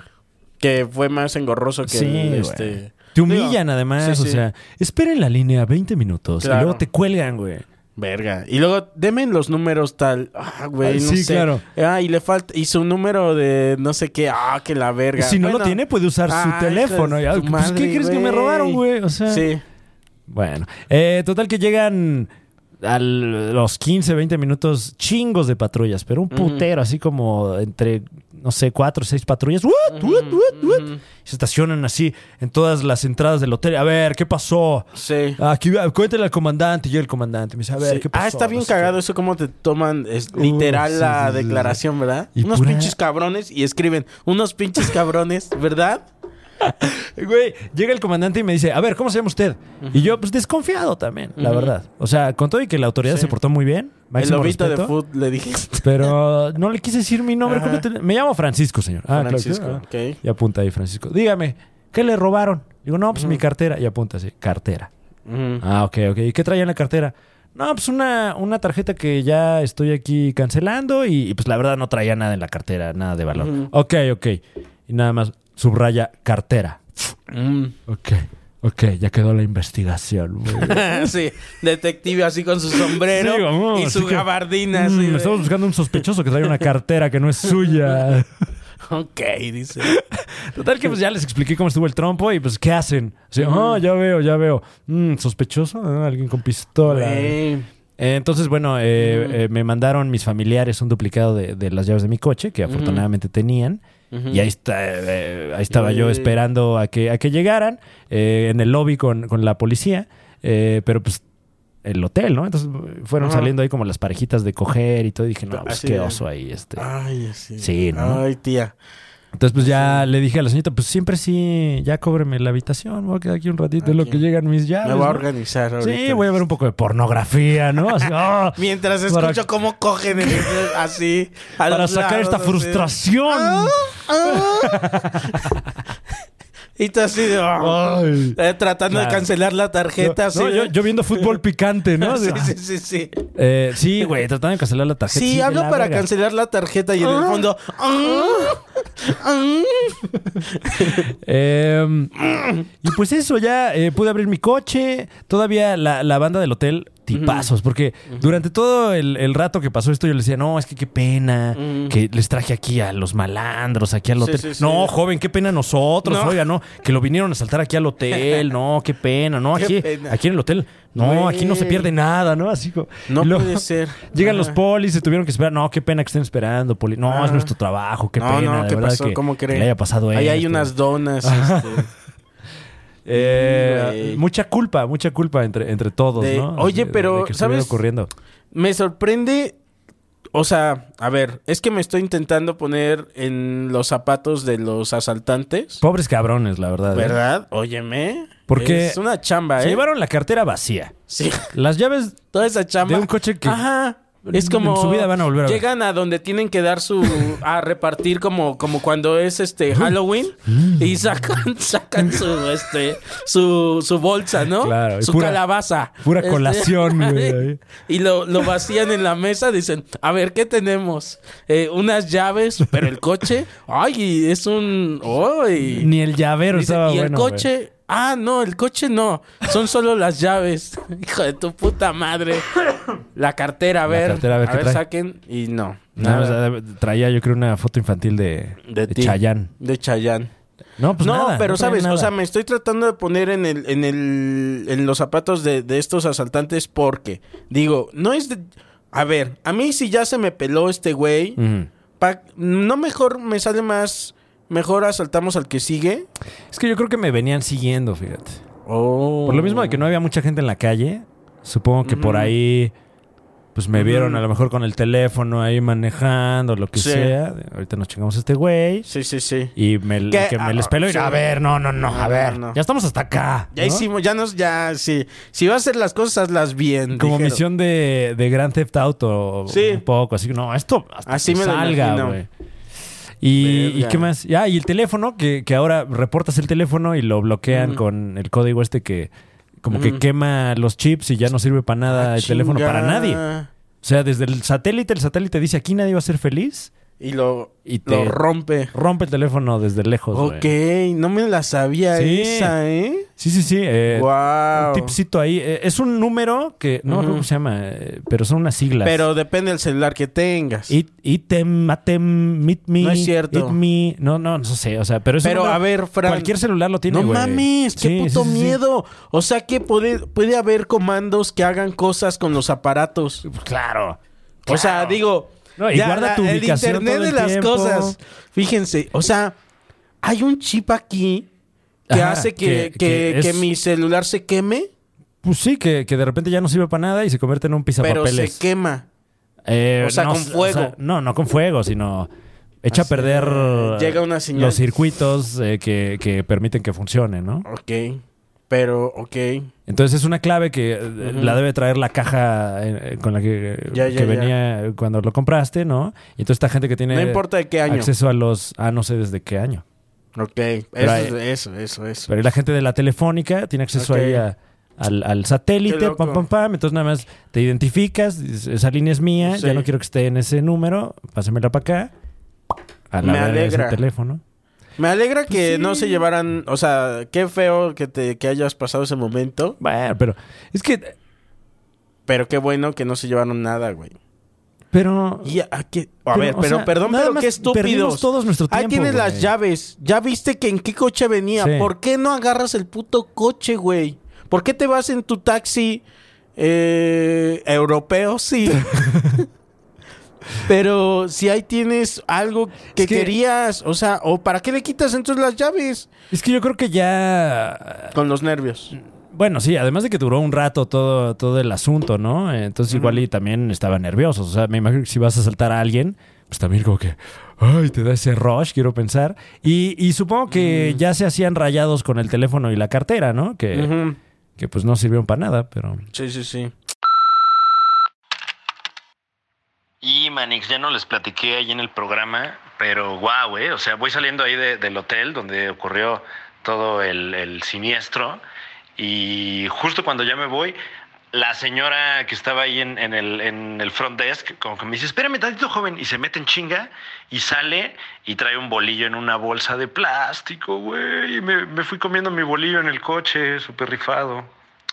Que fue más engorroso que Sí, el, güey. este. Te Digo, humillan además, sí, o sí. sea, esperen la línea 20 minutos y Claro. luego te cuelgan, güey. Verga. Y luego, denme los números tal. Ah, güey, Ay, no sí, sé. claro. Ah, y le falta. Y su número de no sé qué. Ah, que la verga. Si no lo Bueno. tiene, puede usar Ah, hijo su de teléfono. tu Ya, pues, madre, ¿Qué crees que me güey. robaron, güey? O sea, Sí. bueno. Eh, total que llegan a los 15, 20 minutos chingos de patrullas, pero un putero, así como entre, no sé, cuatro o seis patrullas. ¡What, what, what, what! Se estacionan así en todas las entradas del hotel. A ver, ¿qué pasó? Sí. Aquí, cuéntale al comandante. Yo el comandante me dice, a ver, Sí. ¿qué pasó? Ah, está bien No sé qué. cagado eso, cómo te toman es, Uh, literal sí, la sí, sí, sí. declaración, ¿verdad? Y unos pura- pinches cabrones y escriben, unos pinches cabrones, ¿verdad? Güey, llega el comandante y me dice, a ver, ¿cómo se llama usted? Y yo, pues desconfiado también, la verdad. O sea, con todo y que la autoridad se portó muy bien, máximo El lobito respeto, de food le dijiste. pero no le quise decir mi nombre completo. Me llamo Francisco, señor. Ah, claro que sí. Francisco, Ah. ok. Y apunta ahí, Francisco. Dígame, ¿qué le robaron? Digo, no, pues mi cartera. Y apunta así, cartera. Ujú. Ah, ok, ok. ¿Y qué traía en la cartera? No, pues una, una tarjeta que ya estoy aquí cancelando y, y, pues la verdad no traía nada en la cartera, nada de valor. Ok, ok. Y nada más subraya cartera. Mm. Ok, ok, ya quedó la investigación. muy [laughs] [laughs] bien. sí, detective así con su sombrero Sí, vamos, y su así que- gabardina. Mm, así de- estamos buscando un sospechoso que trae una cartera que no es suya. Ok, dice. Total que pues ya les expliqué cómo estuvo el trompo y pues ¿qué hacen? Así, "Ah, ya veo, ya veo. Mm, sospechoso, ah, alguien con pistola. Güey. Eh, Entonces, bueno, Mm. eh, eh, me mandaron mis familiares un duplicado de, de las llaves de mi coche, que afortunadamente tenían. Y ahí, está, eh, ahí estaba yo Uy. esperando a que, a que llegaran eh, en el lobby con, con la policía. eh, pero pues el hotel, ¿no? Entonces fueron Ajá. saliendo ahí como las parejitas de coger y todo. Y dije, no, pues Así qué de- Ah, oso ahí. Este. Ay, sí. Sí, ¿no? Ay, tía. Entonces, pues ya le dije a la señorita, pues siempre sí, ya cóbreme la habitación, me voy a quedar aquí un ratito, es lo Aquí. que llegan mis Me llaves. voy a ¿no? organizar ahorita. Pues, Sí, voy a ver un poco de pornografía, ¿no? [laughs] Así, ah, Mientras escucho Para- cómo cogen en el- así. a para los sacar lados, esta así. frustración. Ah, ah. [laughs] y tú así de... ah, Ay. eh, tratando Claro. de cancelar la tarjeta. No, así no, de- yo, yo viendo fútbol picante, ¿no? [laughs] sí, Así, sí, sí, sí. eh, sí, güey, tratando de cancelar la tarjeta. Sí, de hablo la para verga. cancelar la tarjeta y en el fondo... ah, ah. Eh, y pues eso, ya eh, pude abrir mi coche. Todavía la, la banda del hotel, tipazos, porque durante todo el, el rato que pasó esto, yo le decía, no, es que qué pena que les traje aquí a los malandros, aquí al Sí, hotel. sí, sí. No, joven, qué pena nosotros, No. oiga, no, que lo vinieron a saltar aquí al hotel, no, qué pena, no, Qué aquí, pena. aquí en el hotel, no, Güey. aquí no se pierde nada, ¿no? Así como- No y luego puede ser. Llegan los Ajá. polis, se tuvieron que esperar. No, qué pena que estén esperando, poli. No, es Ajá. nuestro trabajo, qué no, pena. no, de ¿qué verdad pasó? que- ¿Cómo que creen? le haya pasado Ahí hay esto. unas [laughs] donas este, Eh, Güey. mucha culpa, mucha culpa entre, entre todos, De- ¿no? oye, de- pero, de que estuviera ¿sabes? ocurriendo. Me sorprende. O sea, a ver, es que me estoy intentando poner en los zapatos de los asaltantes. Pobres cabrones, la verdad. ¿eh? ¿Verdad? Óyeme. Porque es una chamba, ¿eh? Se llevaron la cartera vacía. Sí. Las llaves Toda esa chamba. De un coche que- Ajá. Es como. en su vida van a volver a ver. Llegan a donde tienen que dar su. a repartir como, como cuando es este Halloween. Mm. y sacan, sacan su este. su, su bolsa, ¿no? Claro, y Su pura- calabaza. pura Este, colación, güey, ahí. y lo, lo vacían en la mesa, dicen, a ver, ¿qué tenemos? Eh, unas llaves, pero el coche. Ay, es un. ¡Ay! ni el llavero Dice, estaba y el bueno, güey. coche. Ah, no, el coche no. Son solo las llaves. [laughs] Hijo de tu puta madre. La cartera, a ver. cartera, a ver, qué trae. saquen. Y no. Nada más, Nada. eh, traía yo creo una foto infantil de, de, ti. Chayán. De Chayán. No, pues no, nada, pero no traía sabes, nada. o sea, me estoy tratando de poner en el, en el, en los zapatos de, de estos asaltantes porque, digo, no es de- a ver, a mí si ya se me peló este güey, Ujú. pa- no mejor me sale más, mejor asaltamos al que sigue. Es que yo creo que me venían siguiendo, fíjate. Oh. Por lo mismo de que no había mucha gente en la calle, supongo que por ahí pues me vieron a lo mejor con el teléfono ahí manejando, lo que Sí. sea. Ahorita nos chingamos a este güey Sí, sí, sí. y me, ¿Qué? que me Ah, les pelo y sí. a ver, no, no, no, a No, ver, no, no. ya estamos hasta acá. Ya ¿no? hicimos, ya nos, ya, sí. Si vas a hacer las cosas, hazlas bien. Como dijeron. misión de, de Grand Theft Auto Sí. un poco, así que no, esto hasta Así que me lo salga, imagino. güey. Y, ¿y Verga. qué más? Ya, y el teléfono, que, que ahora reportas el teléfono y lo bloquean con el código este que como que quema los chips y ya no sirve para nada el teléfono para Ah, Chinga. nadie. O sea, desde el satélite, el satélite dice aquí nadie va a ser feliz. Y lo, Y lo te- rompe. Rompe el teléfono desde lejos. güey. Ok, no me la sabía Sí. esa, ¿eh? Sí, sí, sí. eh, wow. Un tipcito ahí. Eh, es un número que no me acuerdo cómo se llama, eh, pero son unas siglas. Pero depende del celular que tengas. It, item, atem, meet me. No es cierto. It me. No, no, no sé. O sea, pero es un Pero, número- a ver, Fran. Cualquier celular lo tiene, no güey. mames, qué Sí, puto sí, sí, sí. miedo. O sea que puede, puede haber comandos que hagan cosas con los aparatos. pues, Claro. O sea, digo, No, y guarda tu el ubicación internet todo de el las tiempo. cosas. Fíjense, o sea, hay un chip aquí que Ajá, hace que, que- que, que que es- mi celular se queme, Pues sí, que, que de repente ya no sirve para nada y se convierte en un pero pisapapeles. se quema. Eh, o sea, con fuego. no, no con fuego, sino echa a Así, perder eh, llega una señal. los circuitos eh, que, que permiten que funcione, ¿no? Ok, pero ok. Entonces es una clave que eh, la debe traer la caja eh, con la que, Ya, ya, que ya. venía cuando lo compraste, ¿no? Y entonces esta gente que tiene No importa de qué año. acceso a los... Ah, no sé desde qué año. Ok, hay- eso, eso, eso, eso. Pero la gente de la telefónica tiene acceso Ok. ahí a- al, al Qué satélite, loco. pam, pam, pam. Entonces nada más te identificas, dices, esa línea es mía, Sí. ya no quiero que esté en ese número, pásamela para acá. A la Me verga ese alegra. teléfono. Me alegra que sí. no se llevaran, o sea, qué feo que te que hayas pasado ese momento, Bueno, pero es que... pero qué bueno que no se llevaron nada, güey. Pero. Y a, a qué- a Pero, ver, o pero sea, perdón, nada pero más qué estúpidos. perdimos todos nuestro Ahí Ah, tiempo, tienes las güey. llaves. Ya viste que en qué coche venía. Sí. ¿Por qué no agarras el puto coche, güey? ¿Por qué te vas en tu taxi eh, europeo? [laughs] Sí. pero si ahí tienes algo que, Es que- querías, o sea, ¿o para qué le quitas entonces las llaves? Es que yo creo que ya. Con los nervios. Bueno, sí, además de que duró un rato todo, todo el asunto, ¿no? Entonces igual y también estaba nervioso. O sea, me imagino que si vas a saltar a alguien, pues también como que, ay, te da ese rush, quiero pensar. Y, y supongo que ya se hacían rayados con el teléfono y la cartera, ¿no? Que, Ujú. que pues no sirvieron para nada, pero... Sí, sí, sí. Y Manix, ya no les platiqué ahí en el programa, pero guau, eh. O sea, voy saliendo ahí de- del hotel donde ocurrió todo el, el siniestro. Y justo cuando ya me voy, la señora que estaba ahí en, en el, en el front desk, como que me dice, espérame tantito, joven. Y se mete en chinga y sale y trae un bolillo en una bolsa de plástico, güey. Y me, me fui comiendo mi bolillo en el coche, súper rifado.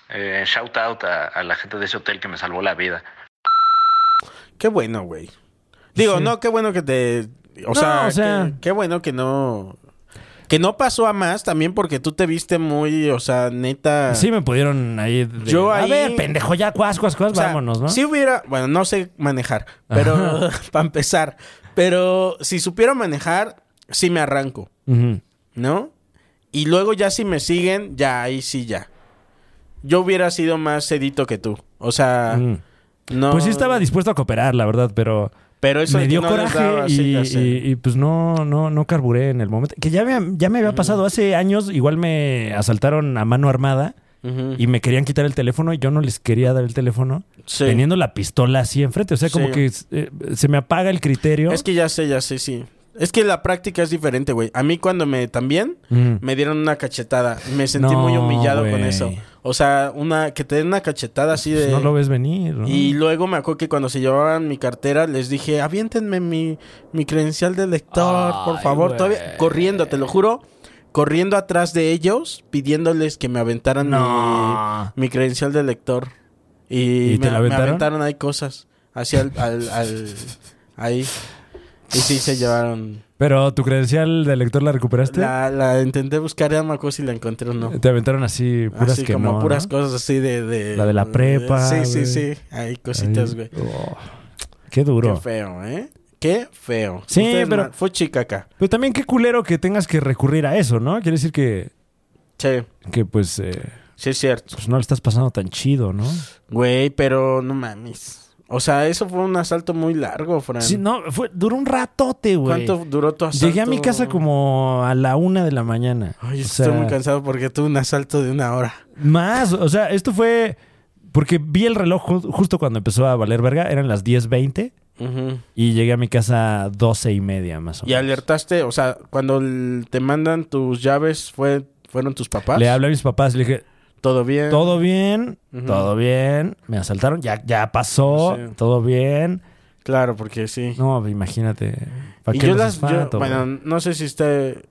Eh, shout out a- a la gente de ese hotel que me salvó la vida. Qué bueno, güey. Digo, no, qué bueno que te. O No, sea, o sea- que- Qué, bueno que no. Que no pasó a más también porque tú te viste muy, o sea, neta. Sí me pudieron ahí... de, Yo ahí- A ver, pendejo, ya, cuas, cuas, cuas, o sea, vámonos, ¿no? Si hubiera. Bueno, no sé manejar, pero. [laughs] para empezar. Pero si supiera manejar, sí me arranco, Ujú. ¿no? Y luego ya si me siguen, ya ahí sí ya. Yo hubiera sido más sedito que tú. O sea, Mm. Ah, no. Pues sí estaba dispuesto a cooperar, la verdad, pero... Pero eso de me que dio no les coraje daba, y, sí, ya sé. y- y, pues no, no, no carburé en el momento. Que ya me, ya me Mm. había pasado hace años, igual me asaltaron a mano armada Ujú. y me querían quitar el teléfono y yo no les quería dar el teléfono Sí. teniendo la pistola así enfrente. O sea, como Sí. que eh, se me apaga el criterio. Es que ya sé, ya sé, sí. Es que la práctica es diferente, güey. A mí cuando me también Mm. me dieron una cachetada, me sentí No, muy humillado con güey. eso. O sea, una que te den una cachetada así Pues de no lo ves venir. ¿no? y luego me acuerdo que cuando se llevaban mi cartera les dije, "Aviéntenme mi mi credencial de lector, por Ay, favor." güey. Todavía corriendo, te lo juro, corriendo atrás de ellos pidiéndoles que me aventaran No. mi, mi credencial de lector. Y, me, ¿Y te la me aventaron? aventaron ahí cosas. Así al, al- al- ahí. Y sí se llevaron. Pero tu credencial de lector la recuperaste. La, la intenté buscar, ya no me acuerdo si la encontré o no. Te aventaron así puras así que como no, puras ¿no? cosas así de, de- La de la prepa, Sí, sí, güey. sí. Hay cositas, Ay, güey. oh, qué Qué duro. feo, ¿eh? Qué feo. Sí, pero- mal- Fue chica acá. Pero también qué culero que tengas que recurrir a eso, ¿no? Quiere decir que, Sí, que pues... eh, sí es cierto. pues no le estás pasando tan chido, ¿no? Güey, pero no mames. O sea, eso fue un asalto muy largo, Fran. Sí, no, fue, duró un ratote, güey. ¿Cuánto duró tu asalto? Llegué a mi casa como a la una de la mañana. Ay, O estoy sea, muy cansado porque tuve un asalto de una hora. Más, o sea, esto fue porque vi el reloj ju- justo cuando empezó a valer verga, eran las 10.20 Ujú. y llegué a mi casa a 12 y media más o Y menos. alertaste, o sea, cuando el- te mandan tus llaves, fue, ¿fueron tus papás? Le hablé a mis papás y le dije, ¿Todo bien? todo bien, todo bien, me asaltaron, ya, ya pasó, Sí. todo bien. Claro, porque sí. No, imagínate. ¿Para y qué yo los las... yo- espanto, güey? bueno, no sé si esté...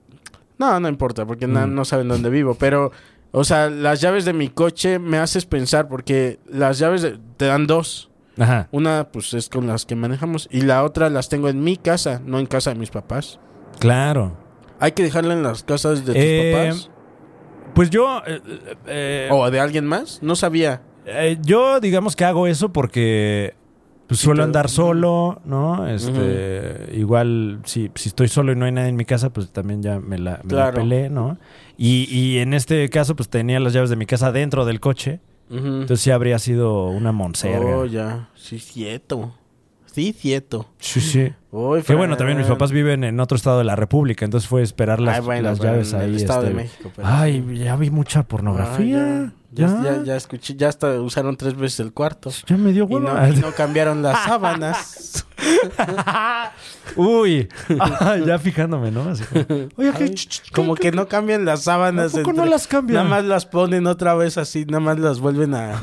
No, no importa, porque na- Mm. no saben dónde vivo, pero... O sea, las llaves de mi coche me haces pensar porque las llaves de- te dan dos. Ajá. Una, pues, es con las que manejamos y la otra las tengo en mi casa, no en casa de mis papás. Claro. Hay que dejarla en las casas de tus Eh, papás Pues yo, eh, eh, o de alguien más. No sabía. eh, yo digamos que hago eso porque pues, suelo te- andar solo, ¿no? Este, igual si, si estoy solo y no hay nadie en mi casa, pues también ya me la, me la Claro. pelé, ¿no? Y, y en este caso, pues tenía las llaves de mi casa dentro del coche, Ujú. entonces sí habría sido una Oh, monserga. ya. Sí, cierto. Sí, cierto. Sí, sí. Uy, Que bueno, también mis Fran. papás viven en otro estado de la República, entonces fue esperar las, Ay, bueno, las pero en llaves el ahí. Estado de este, México, pero- Ay, ya vi mucha pornografía. Ah, ya. Ya, ya. ya- ya escuché, ya hasta usaron tres veces el cuarto. Ya me dio Y hueva. no, y no cambiaron las [laughs] sábanas. Uy, [laughs] Ah, ya fijándome, ¿no? Así como, Oye, ¿qué, Ay, Como que no cambian las sábanas. ¿A poco no las cambian? Nada más las ponen otra vez así, nada más las vuelven a...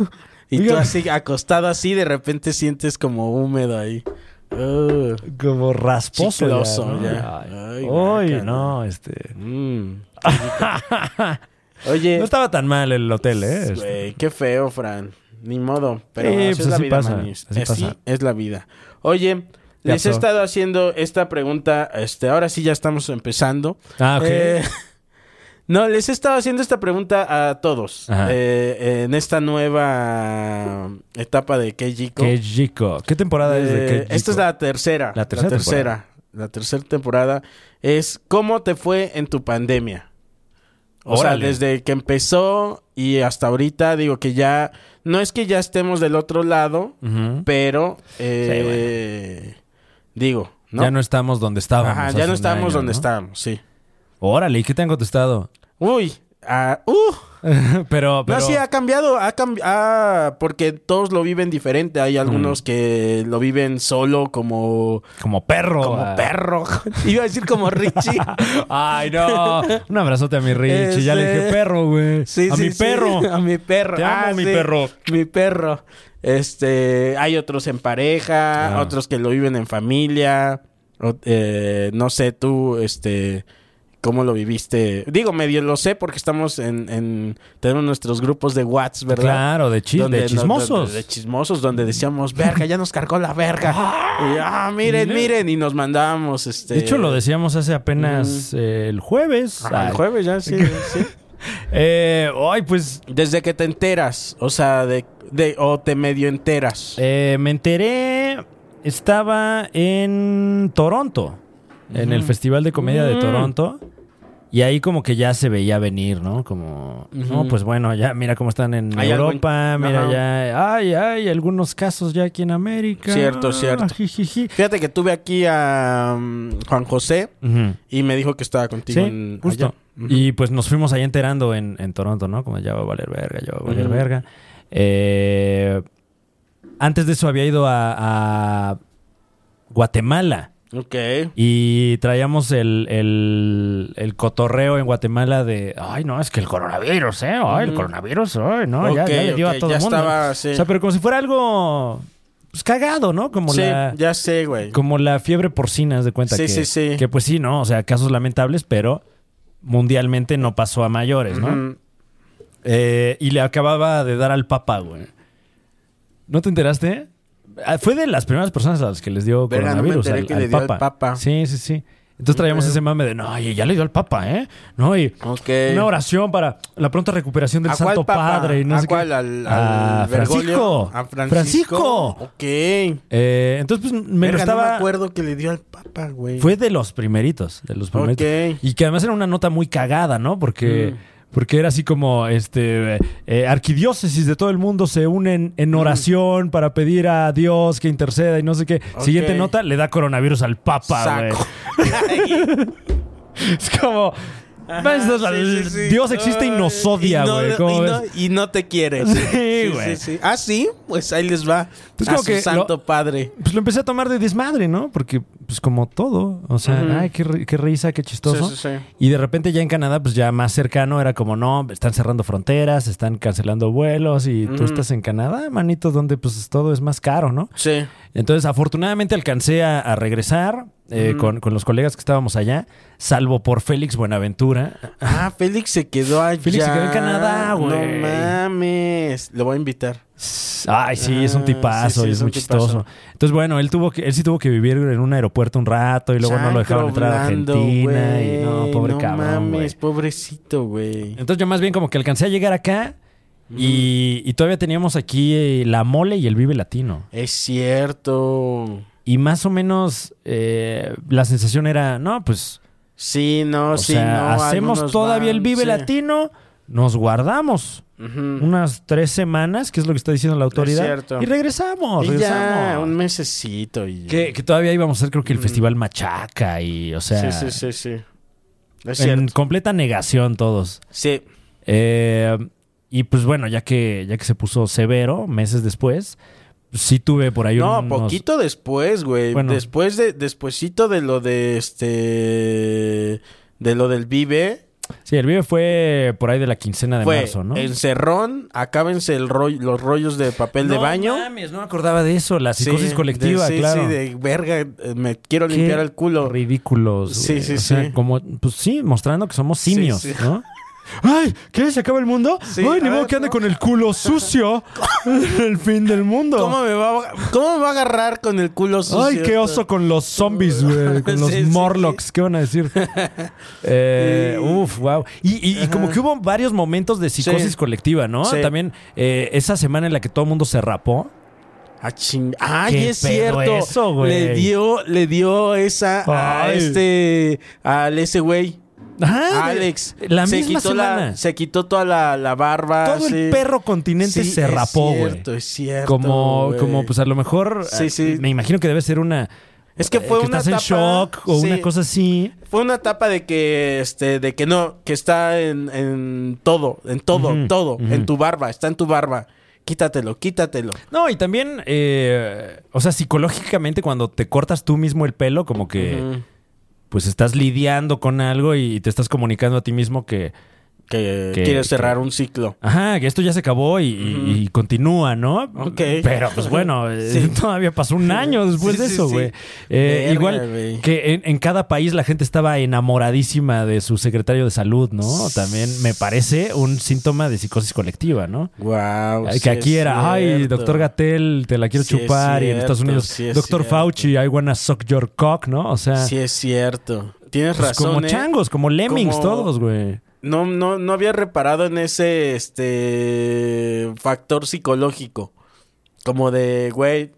Y tú Oigan. así, acostado así, de repente sientes como húmedo ahí. Ah, como rasposo ya, Chicloso, ¿no? ya. Ay, Ay, guácala. no, este. [laughs] mm, qué rico. Oye, No estaba tan mal el hotel, ¿eh? Este, güey, qué feo, Fran. ni modo. Pero Sí, así pues es la así vida, pasa, manis. así Así pasa. es la vida. Oye, les he pasó. estado haciendo esta pregunta. Este, ahora sí ya estamos empezando. Ah, ok. Eh, [laughs] no, les he estado haciendo esta pregunta a todos. Ajá. eh, en esta nueva etapa de Keijiko. Qué chico. ¿Qué temporada es de Eh, qué chico? esta es la tercera. La tercera La tercera temporada es ¿Cómo te fue en tu pandemia? O Órale. sea, desde que empezó y hasta ahorita, digo que ya. No es que ya estemos del otro lado, Ujú. pero. eh, Digo, ¿no? Ya no estamos donde estábamos. Ajá, hace ya no un estábamos año, donde ¿no? estábamos, sí. Órale, ¿y qué te han contestado? [laughs] Uy, ah, uh, pero, pero... No, sí, ha cambiado, ha cambiado, porque todos lo viven diferente. Mm. Hay algunos que lo viven solo como, Como perro. como ah. perro. [laughs] Iba a decir como Richie. [laughs] Ay, no. Un abrazote a mi Richie. Ya le Este- dije perro, güey. Sí, a sí, mi sí. perro. [laughs] A mi perro. Ah, Te amo, mi sí. perro. Mi perro. Este, hay otros en pareja, Ah. otros que lo viven en familia. O- eh, no sé tú, este, cómo lo viviste. Digo, medio lo sé porque estamos en, en tenemos nuestros grupos de Whats, ¿verdad? Claro, de, chis- Donde de nos- chismosos. donde- de chismosos, donde decíamos, verga, ya nos cargó la verga. Y, ah, miren, miren. Y nos mandábamos, [laughs] este. De hecho, lo decíamos hace apenas eh, el jueves. Ajá, el Ay. jueves ya, sí, sí. Eh, ay, pues Desde que te enteras, o sea, de, de o te medio enteras. eh, me enteré. Estaba en Toronto. En el Festival de Comedia de Toronto. Y ahí como que ya se veía venir, ¿no? Como, no, pues bueno, ya mira cómo están en Hay algo en- Europa, mira Ajá. ya, ay, ay, algunos casos ya aquí en América. Cierto, cierto. Ah, jijiji. Fíjate que tuve aquí a mm, Juan José Ujú. y me dijo que estaba contigo Sí, en justo. allá. Ujú. Y pues nos fuimos ahí enterando en, en Toronto, ¿no? Como ya va a valer verga, ya va a valer Ujú. verga. Eh, antes de eso había ido a, a Guatemala Ok. y traíamos el, el- el cotorreo en Guatemala de, ay, no, es que el coronavirus, ¿eh? Ay, el coronavirus, ay, no, ya, Ok, ya le dio ok, a todo ya el mundo. estaba, sí. O sea, pero como si fuera algo pues, cagado, ¿no? Como Sí, la... ya sé, güey. Como la fiebre porcina, haz de cuenta Sí, que, sí, sí. que pues sí, ¿no? O sea, casos lamentables, pero mundialmente no pasó a mayores, ¿no? Mm, Eh, y le acababa de dar al papa, güey. ¿No te enteraste? Ah, Fue de las primeras personas a las que les dio Verga, no me coronavirus. enteré al, que al le dio al papa. Papa. Sí, sí, sí. Entonces traíamos ese mame de, no, y ya le dio al papa, ¿eh? No, y Ok. una oración para la pronta recuperación del ¿A cuál Santo papa? Padre. Y no ¿A sé qué. cuál? ¿Al, al A Bergoglio? Francisco. ¿A Francisco? Francisco. Ok. Eh, entonces, pues, me Verga, lo estaba... no me acuerdo que le dio al Papa, güey. Fue de los primeritos, de los primeritos. Ok. Mm. Y que además era una nota muy cagada, ¿no? Porque, porque era así como, este, eh, eh, arquidiócesis de todo el mundo se unen Mm. en oración para pedir a Dios que interceda y no sé qué. Ok. Siguiente nota, le da coronavirus al Papa, güey. Saco. [laughs] Ay, [laughs] Es como... ¿ves? O sea, sí, sí, sí. Dios existe y nos odia, Y no- güey. ¿Cómo y, ves? no, y no te quiere. Sí, güey. Ah, sí, pues ahí les va. Pues a como su que santo lo- padre. Pues lo empecé a tomar de desmadre, ¿no? Porque, pues como todo, o sea, Ujú. ay, qué, ri- qué risa, qué chistoso. Sí, sí, sí. Y de repente ya en Canadá, pues ya más cercano, era como, no, están cerrando fronteras, están cancelando vuelos y Mm. tú estás en Canadá, manito, donde pues todo es más caro, ¿no? Sí. Entonces, afortunadamente alcancé a, a regresar Mm. eh, con, con los colegas que estábamos allá, salvo por Félix Buenaventura. Ah, Félix se quedó allá. Félix se quedó en Canadá, güey. No mames. Lo voy a invitar. Ay, sí, es un Ah, sí, tipazo sí, y es, es muy un tipazo. chistoso. Entonces, bueno, él tuvo que, él sí tuvo que vivir en un aeropuerto un rato y luego no lo dejaron Chancro entrar a blando, Argentina. y, no, güey. pobre no cabrón. güey. mames, pobrecito, güey. Entonces yo más bien como que alcancé a llegar acá y, y todavía teníamos aquí eh, la mole y el vive latino. Es cierto. Y más o menos eh, la sensación era, no, pues, Sí, no, o Pues sí, sea, no. hacemos algunos todavía van, el vive sí. latino, nos guardamos Ujú. unas tres semanas, que es lo que está diciendo la autoridad, cierto. y regresamos, Y regresamos. ya, un mesecito. Y... que, que todavía íbamos a hacer creo que el festival Machaca y, o sea, sí, sí, sí, sí. Es en cierto. completa negación todos. Sí. Eh, y pues bueno, ya que, ya que se puso severo meses después, sí tuve por ahí No, unos- poquito después, güey. Bueno. Después de, despuésito de lo de este, de lo del Vive, Sí, el vive fue por ahí de la quincena de fue marzo, ¿no? encerrón, acábense el rollo, los rollos de papel de No baño. mames, no me acordaba de eso, la Sí, psicosis colectiva, de- sí, claro. Sí, de verga, eh, me quiero Qué limpiar el culo. Ridículos. Sí, güey. sí, O sea, sí. como, pues sí, mostrando que somos simios, Sí, sí. ¿no? ¡Ay! ¿Qué? ¿Se acaba el mundo? Sí, ¡Ay, ni a modo ver, que ande no. con el [laughs] culo sucio! [laughs] ¡El fin del mundo! ¿Cómo me, va a, ¿Cómo me va a agarrar con el culo sucio? ¡Ay, qué oso con los zombies, güey! Con [laughs] los Sí, sí, Morlocks, ¿qué van [laughs] a decir? Eh, Uf, wow. Y, y- y como que hubo varios momentos de psicosis Sí. colectiva, ¿no? Sí. También eh, esa semana en la que todo el mundo se rapó. Ah, ching- Ay, ¿Qué es pedo cierto. eso, güey? le dio, le dio esa a Ay. este, al ese güey. Ajá, Ah, Alex. La se misma quitó semana. La, se quitó toda la, la barba. Todo sí. el perro continente Sí, se es rapó, güey. cierto, es cierto, Como, güey. como, pues a lo mejor. Sí, ah, sí. Me imagino que debe ser una. Es que eh, fue una estás en etapa- shock o sí. una cosa así. Fue una etapa de que, este, de que no, que está en, en todo, en todo, Ujú, todo, ujú. en tu barba, está en tu barba. Quítatelo, quítatelo. No, y también, eh, o sea, psicológicamente cuando te cortas tú mismo el pelo, como que Ujú. pues estás lidiando con algo y te estás comunicando a ti mismo que, Que, Que- quieres que- cerrar un ciclo. ajá, que esto ya se acabó y, y- y continúa, ¿no? Ok. Pero [laughs] pues bueno, eh, Sí. todavía pasó un año después Sí, de sí, eso, sí. güey. Eh, Verga, igual güey. que en, en cada país la gente estaba enamoradísima de su secretario de salud, ¿no? También me parece un síntoma de psicosis colectiva, ¿no? Wow. Ay, Eh, que aquí era, ay, doctor Gatel, te la quiero Sí es chupar. y en cierto, Estados Unidos, sí es doctor cierto. Fauci, I wanna suck your cock, ¿no? O sea, Sí, es cierto. Tienes pues, razón. como ¿eh? changos, como lemmings Como- todos, güey. No, no, no había reparado en ese este factor psicológico. Como de, güey,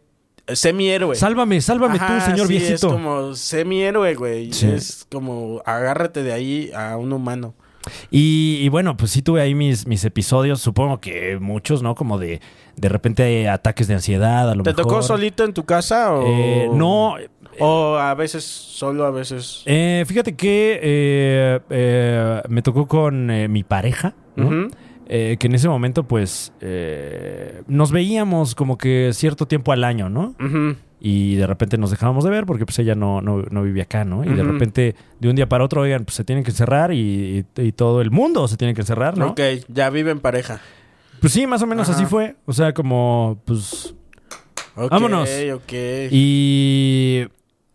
semi-héroe. Sálvame, sálvame tú, Ajá, señor sí, viejito. Es como semi-héroe, güey. Sí. Es como agárrate de ahí a un humano. Y, y bueno, pues sí tuve ahí mis, mis episodios, supongo que muchos, ¿no? Como de de repente ataques de ansiedad, a lo ¿Te mejor. tocó Oh. solito en tu casa o.? Eh, no, O a veces solo, a veces. eh, fíjate que eh, eh, me tocó con eh, mi pareja, ¿no? Ujú. Eh, que en ese momento, pues, eh, nos veíamos como que cierto tiempo al año, ¿no? Ujú. Y de repente nos dejábamos de ver porque pues ella no, no, no vivía acá, ¿no? Y de Ujú. repente, de un día para otro, oigan, pues se tienen que encerrar y, y- y todo el mundo se tiene que encerrar, ¿no? Ok, ya vive en pareja. Pues sí, más o menos Ajá. así fue. O sea, como, pues... Ok, Vámonos. ok. Y...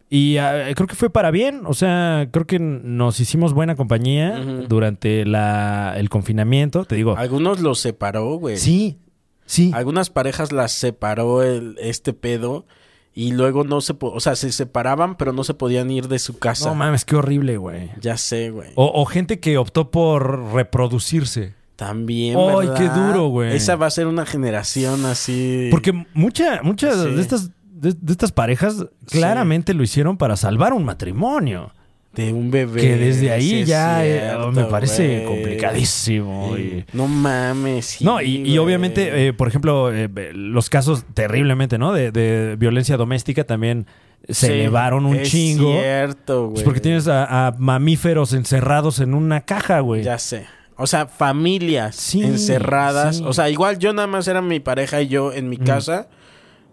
Y ah, creo que fue para bien, o sea, creo que nos hicimos buena compañía Ujú. Ah, durante la, el confinamiento, te digo. Algunos los separó, güey. Sí, sí. Algunas parejas las separó el, este pedo y luego no se, po- o sea, se separaban pero no se podían ir de su casa. No Oh. mames, qué horrible, güey. ya sé, güey. O, o gente que optó por reproducirse. También, Ay, ¿verdad? qué duro, güey. Esa va a ser una generación así. Porque mucha, muchas Sí. de estas de, de estas parejas claramente lo hicieron para salvar un matrimonio. de un bebé. que desde ahí Sí es ya eh, cierto, me parece güey. complicadísimo. Sí. y- No mames. sí, no, y, y güey. obviamente, eh, por ejemplo, eh, los casos terriblemente, ¿no? De, de violencia doméstica también se Sí, elevaron un es chingo. cierto, Pues güey. porque tienes a, a mamíferos encerrados en una caja, güey. Ya sé. O sea, familias Sí, encerradas. sí. O sea, igual yo nada más era mi pareja y yo en mi casa.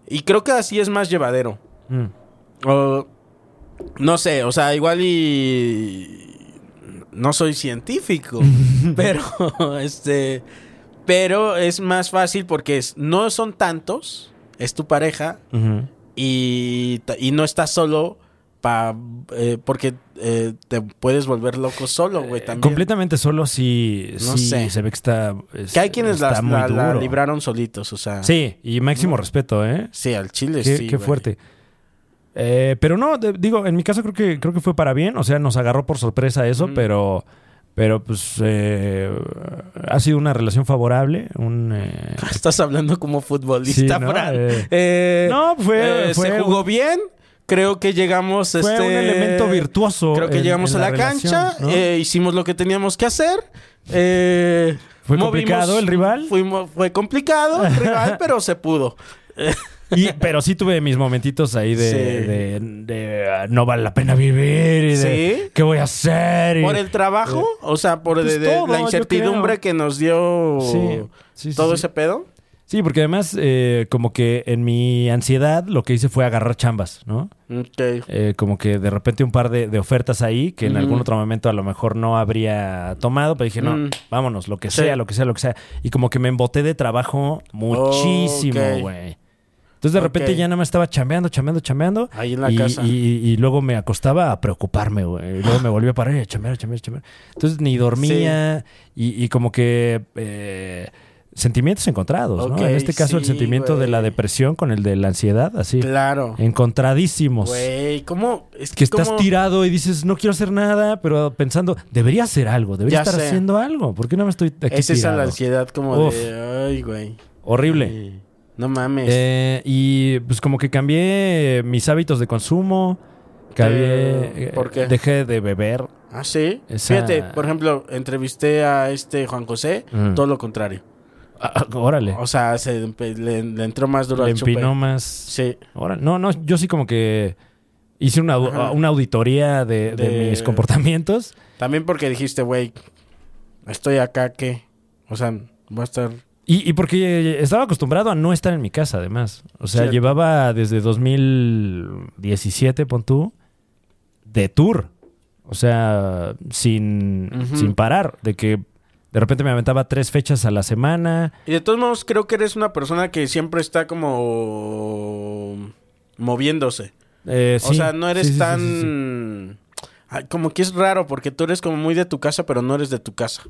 Y creo que así es más llevadero. Mm. O, no sé, o sea, igual y... No soy [laughs] científico, pero este... Pero es más fácil porque es- no son tantos, es tu pareja Ujú. y, ta- y no estás solo pa, eh, porque eh, te puedes volver loco solo, güey. También. Completamente solo si, No si sé. se ve que está. es- Que hay quienes está las, muy la, la duro. libraron solitos, o sea. Sí, y máximo respeto, ¿eh? Sí, al chile, Qué, sí. qué güey. fuerte. Eh, pero no, de- digo, en mi caso creo que creo que fue para bien, o sea, nos agarró por sorpresa eso, pero pero pues eh, ha sido una relación favorable, un eh, [laughs] Estás hablando como futbolista, Sí, ¿no? Fran. Eh, Eh, no, fue- eh, fue se un- jugó bien. Creo que llegamos. fue este, un elemento virtuoso. Creo que en- llegamos en a la, relación, cancha. ¿no? eh, hicimos lo que teníamos que hacer. eh, Fue complicado el rival. fuimos- fue complicado el [laughs] rival, pero se pudo. [laughs] Y- pero sí tuve mis momentitos ahí de, Sí. de- de, ah, no vale la pena vivir y de Sí. qué voy a hacer. y- Por el trabajo, o sea, por Pues de- de la todo, yo creo. incertidumbre que nos dio Sí, sí, sí, todo sí. ese pedo. Sí, porque además eh, como que en mi ansiedad lo que hice fue agarrar chambas, ¿no? Ok. Eh, como que de repente un par de, de ofertas ahí que en Ujú. algún otro momento a lo mejor no habría tomado, pero dije, no, Mm. vámonos, lo que Sí. sea, lo que sea, lo que sea. Y como que me emboté de trabajo muchísimo, ok. güey. Entonces de repente Ok. ya nada más estaba chambeando, chambeando, chambeando. Ahí en la y, casa. Y, y luego me acostaba a preocuparme, güey. Y Luego me volví a parar y a chambear, chambear, chambear. Entonces ni dormía y, y como que... eh, Sentimientos encontrados, ¿no? Ok, En este caso, el sí, sentimiento de la güey. depresión con el de la ansiedad, así. Claro. Encontradísimos. Güey, ¿cómo? Es Que estás ¿cómo? tirado y dices, no quiero hacer nada, pero pensando, debería hacer algo, debería Ya estar sé. haciendo algo. ¿Por qué no me estoy aquí Es esa tirado? la ansiedad como Uf. de. Ay, güey. Horrible. Sí. No mames. Eh, y pues como que cambié mis hábitos de consumo. Cambié, Eh, ¿por eh, qué? Dejé de beber. [laughs] ah, sí. esa- Fíjate, por ejemplo, entrevisté a este Juan José, Mm. todo lo contrario. Ah, órale. O sea, se empe- le, le entró más duro Le al chupe. empinó más. Sí. Órale. No, no, yo sí como que hice una, au- Ajá. una auditoría de, de De- mis comportamientos. También porque dijiste, güey, estoy acá, ¿qué? O sea, va a estar. Y, y porque estaba acostumbrado a no estar en mi casa, además. O sea, Cierto. llevaba desde 2017, pon tú, de tour. O sea, sin, Ujú. sin parar. De que de repente me aventaba tres fechas a la semana. Y de todos modos, creo que eres una persona que siempre está como. moviéndose. Eh, O sí. sea, no eres Sí, sí, sí, tan. sí, sí. Ay, como que es raro, porque tú eres como muy de tu casa, pero no eres de tu casa.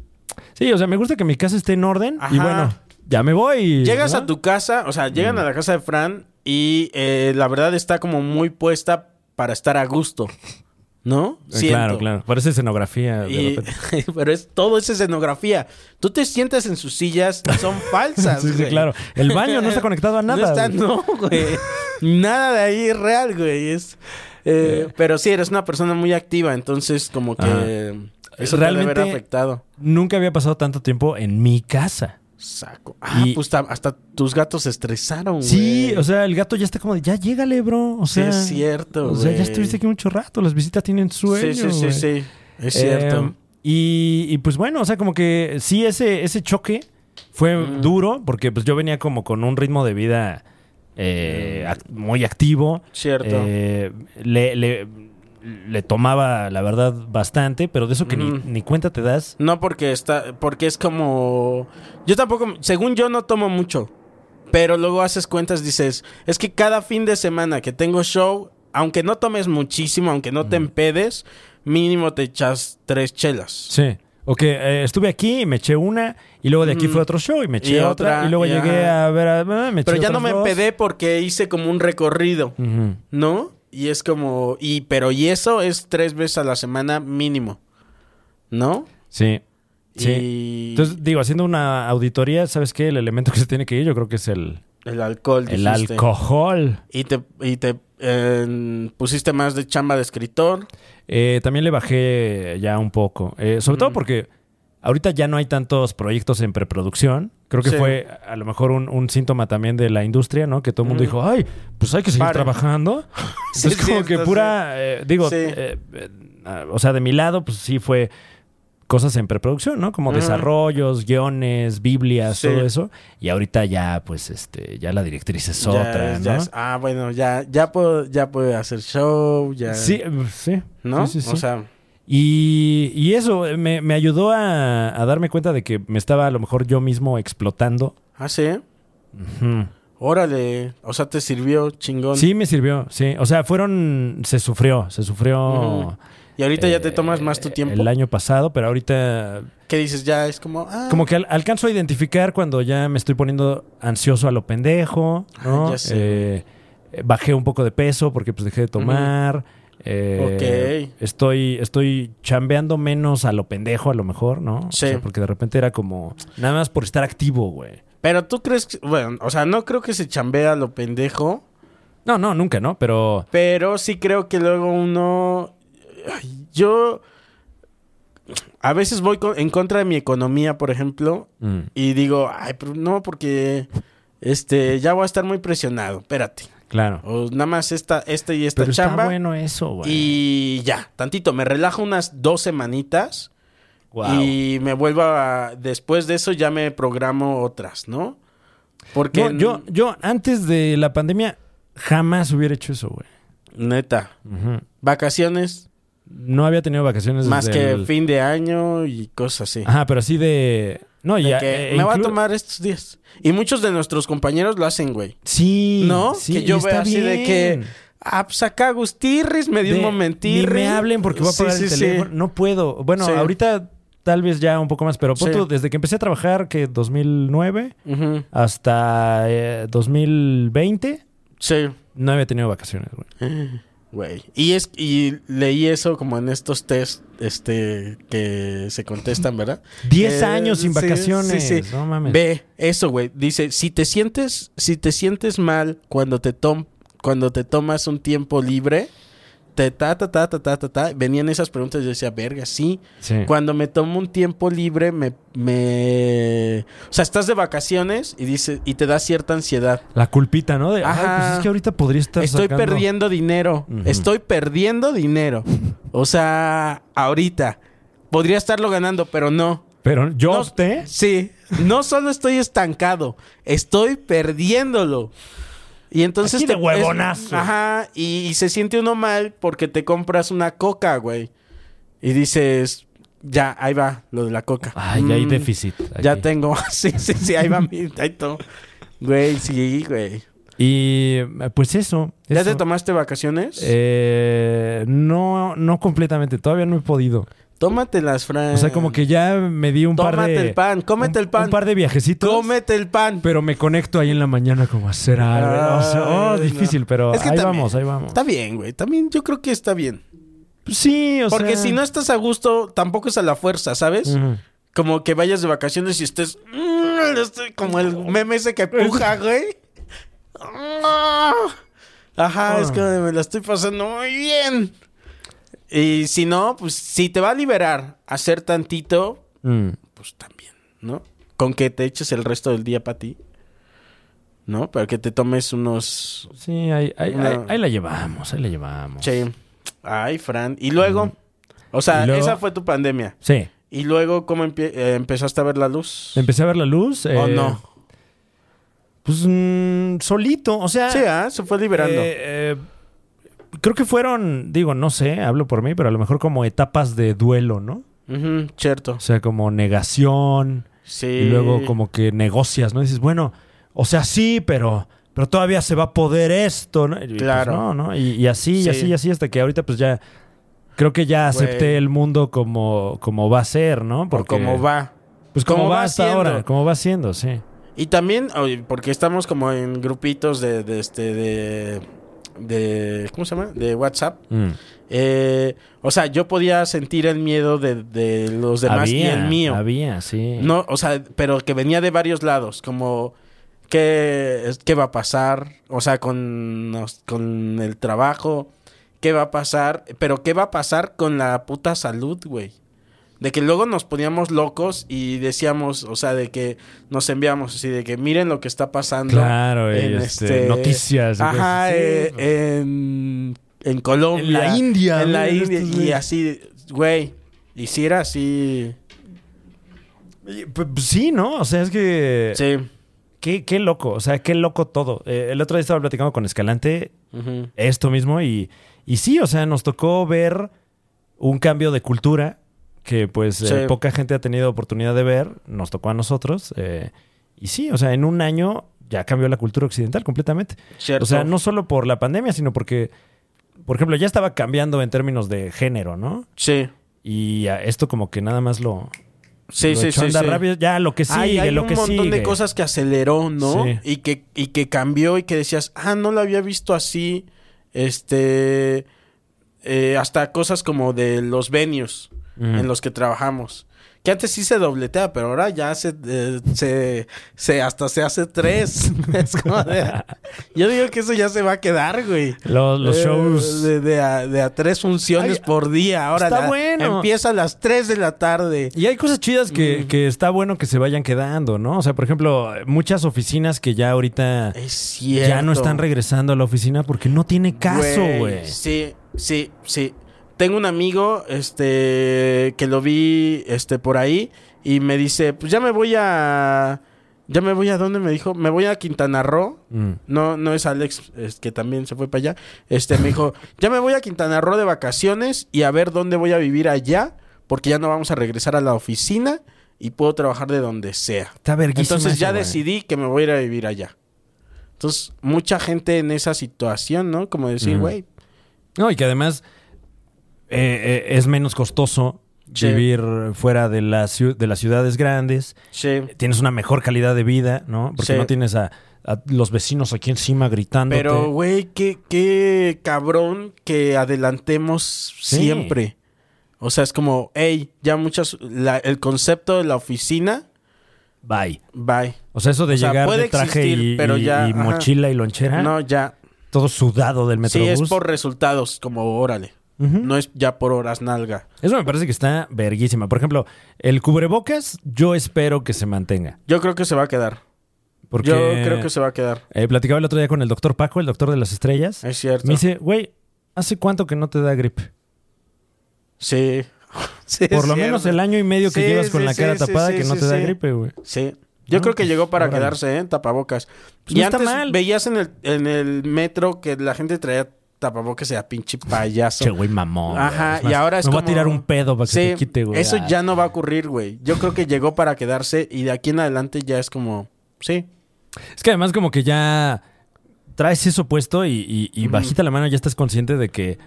Sí, o sea, me gusta que mi casa esté en orden. Y Ajá. bueno, ya Mm. me voy. Llegas ¿no? a tu casa, o sea, llegan a la casa de Fran y eh, la verdad está como muy puesta para estar a gusto. ¿No? Eh, Claro, claro. Parece escenografía. de Y- [laughs] repente. pero es todo es escenografía. Tú te sientas en sus sillas y [laughs] son falsas. Sí, sí, güey. claro. El [laughs] baño no está conectado a nada. No está, no, güey. [laughs] Nada de ahí es real, güey. Es, eh, Pero sí, eres una persona muy activa, entonces como que Ajá. eso realmente Realmente- haber afectado. Nunca había pasado tanto tiempo en mi casa. Saco. Ah, Y- pues ta- hasta tus gatos se estresaron, güey. Sí, o sea, el gato ya está como de, ya llégale, bro. O Sí, sea, es cierto, O sea, ya güey. estuviste aquí mucho rato. Las visitas tienen sueño. Sí, sí, sí, güey. sí. Es cierto. Eh, y, y, pues bueno, o sea, como que sí, ese, ese choque fue duro porque pues yo venía como con un ritmo de vida eh, ac- muy activo. Cierto. Eh, le, le- le tomaba, la verdad, bastante, pero de eso que ni- Ujú. ni, cuenta te das. No porque está, porque es como, yo tampoco, según yo no tomo mucho, pero luego haces cuentas, dices, es que cada fin de semana que tengo show, aunque no tomes muchísimo, aunque no te empedes, mínimo te echas tres chelas. Sí. O que eh, estuve aquí y me eché una, y luego de aquí fue otro show y me eché Y otra, otra, y luego y llegué ajá. a ver a. ah, me Pero eché ya no otras me dos. Mm. empedé porque hice como un recorrido, Ujú. ¿no? Y es como, y pero y eso es tres veces a la semana mínimo, ¿no? Sí. Sí. Y Entonces, digo, haciendo una auditoría, ¿sabes qué? El elemento que se tiene que ir, yo creo que es el, el alcohol, el dijiste. alcohol. Y te, y te eh, pusiste más de chamba de escritor. Eh, también le bajé ya un poco. Eh, sobre todo porque ahorita ya no hay tantos proyectos en preproducción. Creo que Sí. fue a lo mejor un, un síntoma también de la industria, ¿no? Que todo el mundo dijo, ay, pues hay que seguir Paren. trabajando. [laughs] Sí, es como es que cierto, pura, eh, digo, Sí. eh, eh, ah, o sea, de mi lado, pues sí fue cosas en preproducción, ¿no? Como desarrollos, guiones, biblias, Sí. todo eso. Y ahorita ya, pues, este, ya la directriz es Ya otra, es- ¿no? ya es- ah, bueno, ya, ya puedo, ya puedo hacer show, ya. Sí, eh, sí. ¿No? Sí, sí, O sí. sea, Y, y eso eh, me, me ayudó a, a darme cuenta de que me estaba a lo mejor yo mismo explotando. ah, sí. Ujú. Órale. O sea, te sirvió chingón. Sí, me sirvió, sí. O sea, fueron, se sufrió, se sufrió. Ujú. Y ahorita ya te eh, tomas más tu tiempo. El año pasado, pero ahorita ¿Qué dices? Ya es como. Ah, como que al- alcanzo a identificar cuando ya me estoy poniendo ansioso a lo pendejo, ¿no? Ah, ya sé. Eh, eh, bajé un poco de peso porque pues dejé de tomar. Eh, Ok. Estoy, estoy chambeando menos a lo pendejo a lo mejor, ¿no? O Sí. sea, porque de repente era como nada más por estar activo, güey. Pero tú crees que. Bueno, o sea, no creo que se chambea lo pendejo. No, no, nunca, ¿no? Pero Pero sí creo que luego uno. Ay, Yo. A veces voy con- en contra de mi economía, por ejemplo, mm, y digo, ay, pero no, porque este ya voy a estar muy presionado, espérate. claro. O nada más esta, esta y esta Pero está chamba. bueno eso, güey. y ya, tantito, me relajo unas dos semanitas Guau. y me vuelvo a. Después de eso ya me programo otras, ¿no? Porque. No, yo, yo antes de la pandemia jamás hubiera hecho eso, güey. Neta. Ujú. Vacaciones. No había tenido vacaciones Más desde que el- fin de año y cosas así. Pues Ajá, pero así de... No, De ya... que eh, me voy a inclu- tomar estos días. Y muchos de nuestros compañeros lo hacen, güey. Sí. ¿No? sí, que y yo está veo así de que. bien. Ah, pues acá Agustirris me dio De, un momentirris. Ni me hablen porque voy a Sí, pagar el sí, sí. teléfono. No puedo. Bueno, Sí. ahorita tal vez ya un poco más, pero pon Sí. tú, desde que empecé a trabajar, que 2009 Ujú. hasta eh, 2020, Sí. no había tenido vacaciones, güey. Güey. Y es y leí eso como en estos test este que se contestan, [laughs] ¿verdad? 10 Eh, años sin sí, vacaciones. sí, sí. No mames. Ve, eso, güey. Dice, si te sientes, si te sientes mal cuando te tom- cuando te tomas un tiempo libre, te ta ta ta ta ta ta ta, venían esas preguntas y yo decía, verga, sí. Sí. Cuando me tomo un tiempo libre, me, me... O sea, estás de vacaciones y, dice, y te da cierta ansiedad. La culpita, ¿no? De, ay, Ajá. pues es que ahorita podría estar Estoy sacando- perdiendo dinero. Ujú. Estoy perdiendo dinero. O sea, ahorita. Podría estarlo ganando, pero no. Pero yo No, opté. Sí. No solo estoy estancado, estoy perdiéndolo. Y entonces. Así de te- huevonazo. es- ajá. Y, y se siente uno mal porque te compras una coca, güey. Y dices, ya, ahí va lo de la coca. Ay, ya hay Mm, déficit. Ya aquí. tengo. [laughs] sí, sí, sí, ahí va mi. Ahí todo. Güey, sí, güey. Y eh, pues eso. ¿Ya eso. te tomaste vacaciones? Eh, no, no completamente. Todavía no he podido. Tómatelas, Fran. O sea, como que ya me di un par Eh, Tómate de... el pan, cómete un- el pan. Un par de viajecitos. Cómete el pan. Pero me conecto ahí en la mañana como a hacer algo. O sea, oh, Ay, no. difícil, pero Es que ahí también- vamos, ahí vamos. Está bien, güey. También yo creo que está bien. Sí, o Porque sea... si no estás a gusto, tampoco es a la fuerza, ¿sabes? Ujú. Como que vayas de vacaciones y estés... "Mm", estoy como el meme ese que [laughs] puja, güey. Ah. Ah. Ajá, es que me la estoy pasando muy bien. Y si no, pues si te va a liberar hacer tantito, Mm. pues también, ¿no? Con que te eches el resto del día para ti, ¿no? Pero que te tomes unos... Sí, ahí, ahí- No. ahí- ahí la llevamos, ahí la llevamos. Che, ay, Fran. Y luego, o sea, Y luego- esa fue tu pandemia. Sí. ¿Y luego cómo empie- eh, empezaste a ver la luz? Empecé a ver la luz. ¿O Em-, eh, Oh, no? Pues mm, solito, o sea... Sí, ah, se fue liberando. Eh, eh, creo que fueron, digo, no sé, hablo por mí, pero a lo mejor como etapas de duelo, ¿no? Ujú, cierto. O sea, como negación Sí. y luego como que negocias, ¿no? Dices, bueno, o sea, sí, pero, pero todavía se va a poder esto, ¿no? Y, pues, Claro. no, ¿no? Y, y así, y Sí. así, y así, hasta que ahorita pues ya creo que ya acepté Güey. el mundo como, como va a ser, ¿no? Por cómo va. Pues como cómo va, va hasta siendo. ahora, como va siendo, sí. Y también, oye, porque estamos como en grupitos de, de este, de, de, ¿cómo se llama? De WhatsApp. Mm. Eh, o sea, yo podía sentir el miedo de, de los demás y el mío. había, sí. No, o sea, pero que venía de varios lados, como qué, qué va a pasar, o sea, con, nos- con el trabajo, qué va a pasar, pero qué va a pasar con la puta salud, güey. De que luego nos poníamos locos y decíamos, o sea, de que nos enviamos así, de que miren lo que está pasando. Claro, y este, noticias y Ajá, cosas así, eh, pues. en, en Colombia. En la India, En la güey, India. estos Y güeyes. así, güey, hiciera así. Y, pues, Sí, ¿no? O sea, es que... Sí. Qué, qué loco, o sea, qué loco todo. Eh, el otro día estaba platicando con Escalante Ujú. esto mismo y, y sí, o sea, nos tocó ver un cambio de cultura que pues eh, Sí. poca gente ha tenido oportunidad de ver, nos tocó a nosotros. eh, y sí, o sea, en un año ya cambió la cultura occidental completamente. Cierto. O sea, no solo por la pandemia, sino porque, por ejemplo, ya estaba cambiando en términos de género, ¿no? Sí. Y a- esto como que nada más lo... Sí, lo sí, echó a sí. andar sí. rápido. Ya, lo que sigue, Ay, hay lo un que montón sigue. de cosas que aceleró, ¿no? Sí. Y, que, y que cambió y que decías, ah, no lo había visto así. Este. eh, hasta cosas como de los venues Ujú. en los que trabajamos. Que antes sí se dobletea, pero ahora ya se, eh, se, se- hasta se hace tres. [laughs] Es como de- yo digo que eso ya se va a quedar, güey. Los, los Eh, shows... de, de a, de a tres funciones Ay, por día. Ahora está la- bueno. empieza a las tres de la tarde. Y hay cosas chidas que, que está bueno que se vayan quedando, ¿no? O sea, por ejemplo, muchas oficinas que ya ahorita Es cierto. ya no están regresando a la oficina porque no tiene caso, güey. Sí, sí, sí. Tengo un amigo, este, que lo vi, este, por ahí y me dice, pues ya me voy a, Ya me voy a dónde me dijo. Me voy a Quintana Roo. Mm. No, no es Alex, es que también se fue para allá. Este me dijo, ya me voy a Quintana Roo de vacaciones y a ver dónde voy a vivir allá, porque ya no vamos a regresar a la oficina y puedo trabajar de donde sea. Está verguísima Entonces esa, ya güey. decidí que me voy a ir a vivir allá. Entonces, mucha gente en esa situación, ¿no? Como decir, Ujú. güey, No, y que además eh, eh, es menos costoso Sí. vivir fuera de las, ciu- de las ciudades grandes. sí, Tienes una mejor calidad de vida, ¿no? Porque Sí. no tienes a, a los vecinos aquí encima gritándote. Pero, güey, qué, qué cabrón que adelantemos Sí. siempre. O sea, es como, hey, ya muchas. la- el concepto de la oficina, Bye. bye. O sea, eso de O sea, llegar puede de traje existir, y, pero y- ya, y ajá. mochila y lonchera, No, ya. todo sudado del Sí, metrobús. es por resultados, como órale. Ujú. No es ya por horas nalga. Eso me parece que está verguísima. Por ejemplo, el cubrebocas yo espero que se mantenga. Yo creo que se va a quedar. Porque Yo creo que se va a quedar. Eh, platicaba el otro día con el doctor Paco, el doctor de las estrellas. Es cierto. Me dice, güey, ¿hace cuánto que no te da gripe? [laughs] Sí. Sí, Por es lo cierto. menos el año y medio que Sí, llevas sí, con la sí, cara sí, tapada sí, que no sí, te da sí. gripe, güey. Sí. Yo No, creo que pues, llegó para órale. quedarse, ¿eh? Tapabocas. Pues y no está antes mal. veías en el, en el metro que la gente traía tapabocas y a pinche payaso. Che, güey, mamón. Ajá, güey. más, y ahora es me voy a como- tirar un pedo para que Sí, te quite, güey. Eso Ah, ya no va a ocurrir, güey. Yo creo que llegó para quedarse y de aquí en adelante ya es como, sí, Es que además como que ya traes eso puesto y, y- y bajita la mano ya estás consciente de que,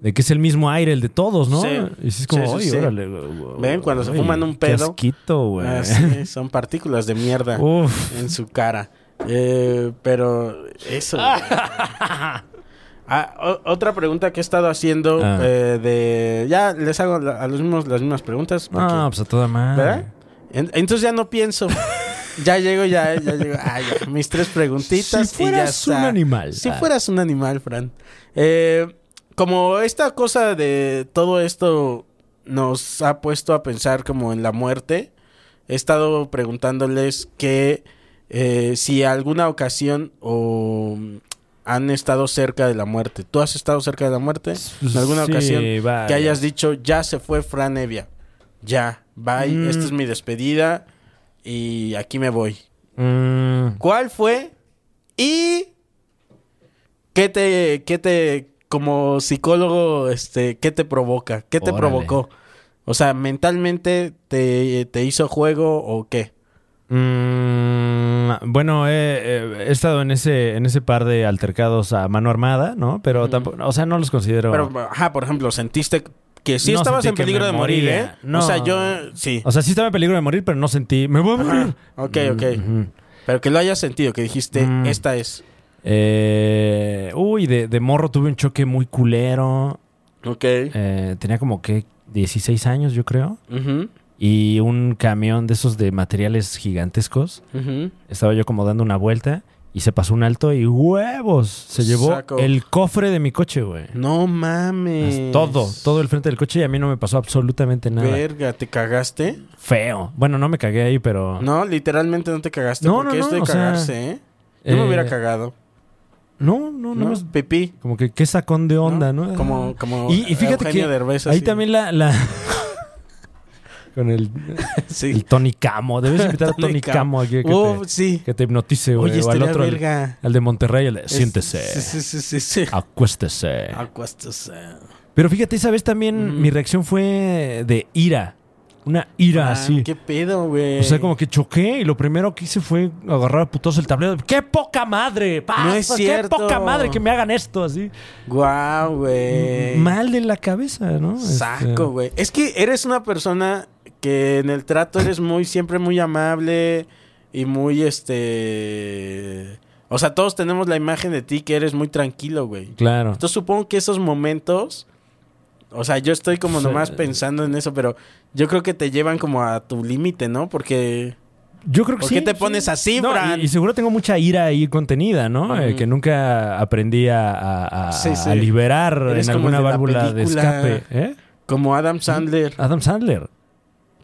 de que es el mismo aire, el de todos, ¿no? Sí. Y sí es como, Sí, sí, oye, sí. órale. güey, güey, Ven, cuando se güey, fuman un Qué pedo. asquito, güey. Ah, sí, son partículas de mierda Uf. en su cara. Eh, pero eso. [laughs] güey. Ah, o- otra pregunta que he estado haciendo Ah. eh, de ya les hago la- a los mismos las mismas preguntas. porque- [laughs] No, pues a toda madre. ¿Verdad? En- entonces ya no pienso. [laughs] Ya llego, ya, ya llego. Ah, ya, mis tres preguntitas. Si y ya fueras un está. animal. Si Ah. fueras un animal, Fran. Eh, como esta cosa de todo esto nos ha puesto a pensar como en la muerte, he estado preguntándoles que eh, si alguna ocasión o mm, han estado cerca de la muerte. ¿Tú has estado cerca de la muerte? En alguna Sí, ocasión que varias. hayas dicho, ya se fue Fran Evia. Ya, bye, Mm. esta es mi despedida y aquí me voy. Mm, ¿Cuál fue? Y ¿qué te qué te como psicólogo este qué te provoca? ¿Qué te Órale. provocó? O sea, mentalmente te, te hizo juego o qué? mm, bueno, he, he- he estado en ese, en ese par de altercados a mano armada, ¿no? Pero tampoco, o sea, no los considero. Pero ajá, por ejemplo, sentiste que sí No estabas sentí en que peligro de me morir, moría. ¿eh? No. O sea, yo sí. o sea, sí estaba en peligro de morir, pero no sentí. Me voy a morir. Ajá. Ok, ok. Pero que lo hayas sentido, que dijiste, Mm. esta es. Eh, uy, de, de morro tuve un choque muy culero. Ok. Eh, tenía como que 16 años, yo creo. Y un camión de esos de materiales gigantescos. Estaba yo como dando una vuelta y se pasó un alto y huevos. Se llevó Saco. el cofre de mi coche, güey. No mames. Todo, todo el frente del coche y a mí no me pasó absolutamente nada. Verga, ¿te cagaste? Feo. Bueno, no me cagué ahí, pero... No, No, literalmente no te cagaste. No, porque no, no, esto de o sea, cagarse, ¿eh? Yo me eh, hubiera cagado. no, no. ¿no? más- Pipí. Como que qué sacón de onda, ¿no? Como, como Y, y fíjate que Eugenio Derbez, ahí así. también la... la- [laughs] Con el, el [laughs] Sí. Tony Camo. Debes invitar [laughs] a Tony Tony Camo. Camo aquí que, Oh, te, sí. que te hipnotice, güey. Oye, o al estaría otro, el- verga. el de Monterrey, el de, siéntese, Sí, sí, Ah. sí, sí. sí. acuéstese. Acuestas, eh. Pero fíjate, esa vez también mi reacción fue de ira. Una ira Ah, así. ¿Qué pedo, güey? O sea, como que choqué y lo primero que hice fue agarrar a putos el tablero. ¡Qué poca madre! ¡Paz! No es ¡Qué cierto! poca madre que me hagan esto! Así. Guau, güey. Mal de la cabeza, ¿no? Este, Saco, güey. Es que eres una persona que en el trato eres muy, siempre muy amable y muy, este... O sea, todos tenemos la imagen de ti que eres muy tranquilo, güey. Claro. Entonces supongo que esos momentos... O sea, yo estoy como Sí. nomás pensando en eso, pero yo creo que te llevan como a tu límite, ¿no? Porque... Yo creo que ¿Por sí. qué te sí. pones así, No, Fran? Y, y seguro tengo mucha ira ahí contenida, ¿no? Eh, Ujú. que nunca aprendí a, a- a- Sí, sí. a liberar Eres en como alguna el de la válvula de película. escape. ¿Eh? Como Adam Sandler. Adam Sandler.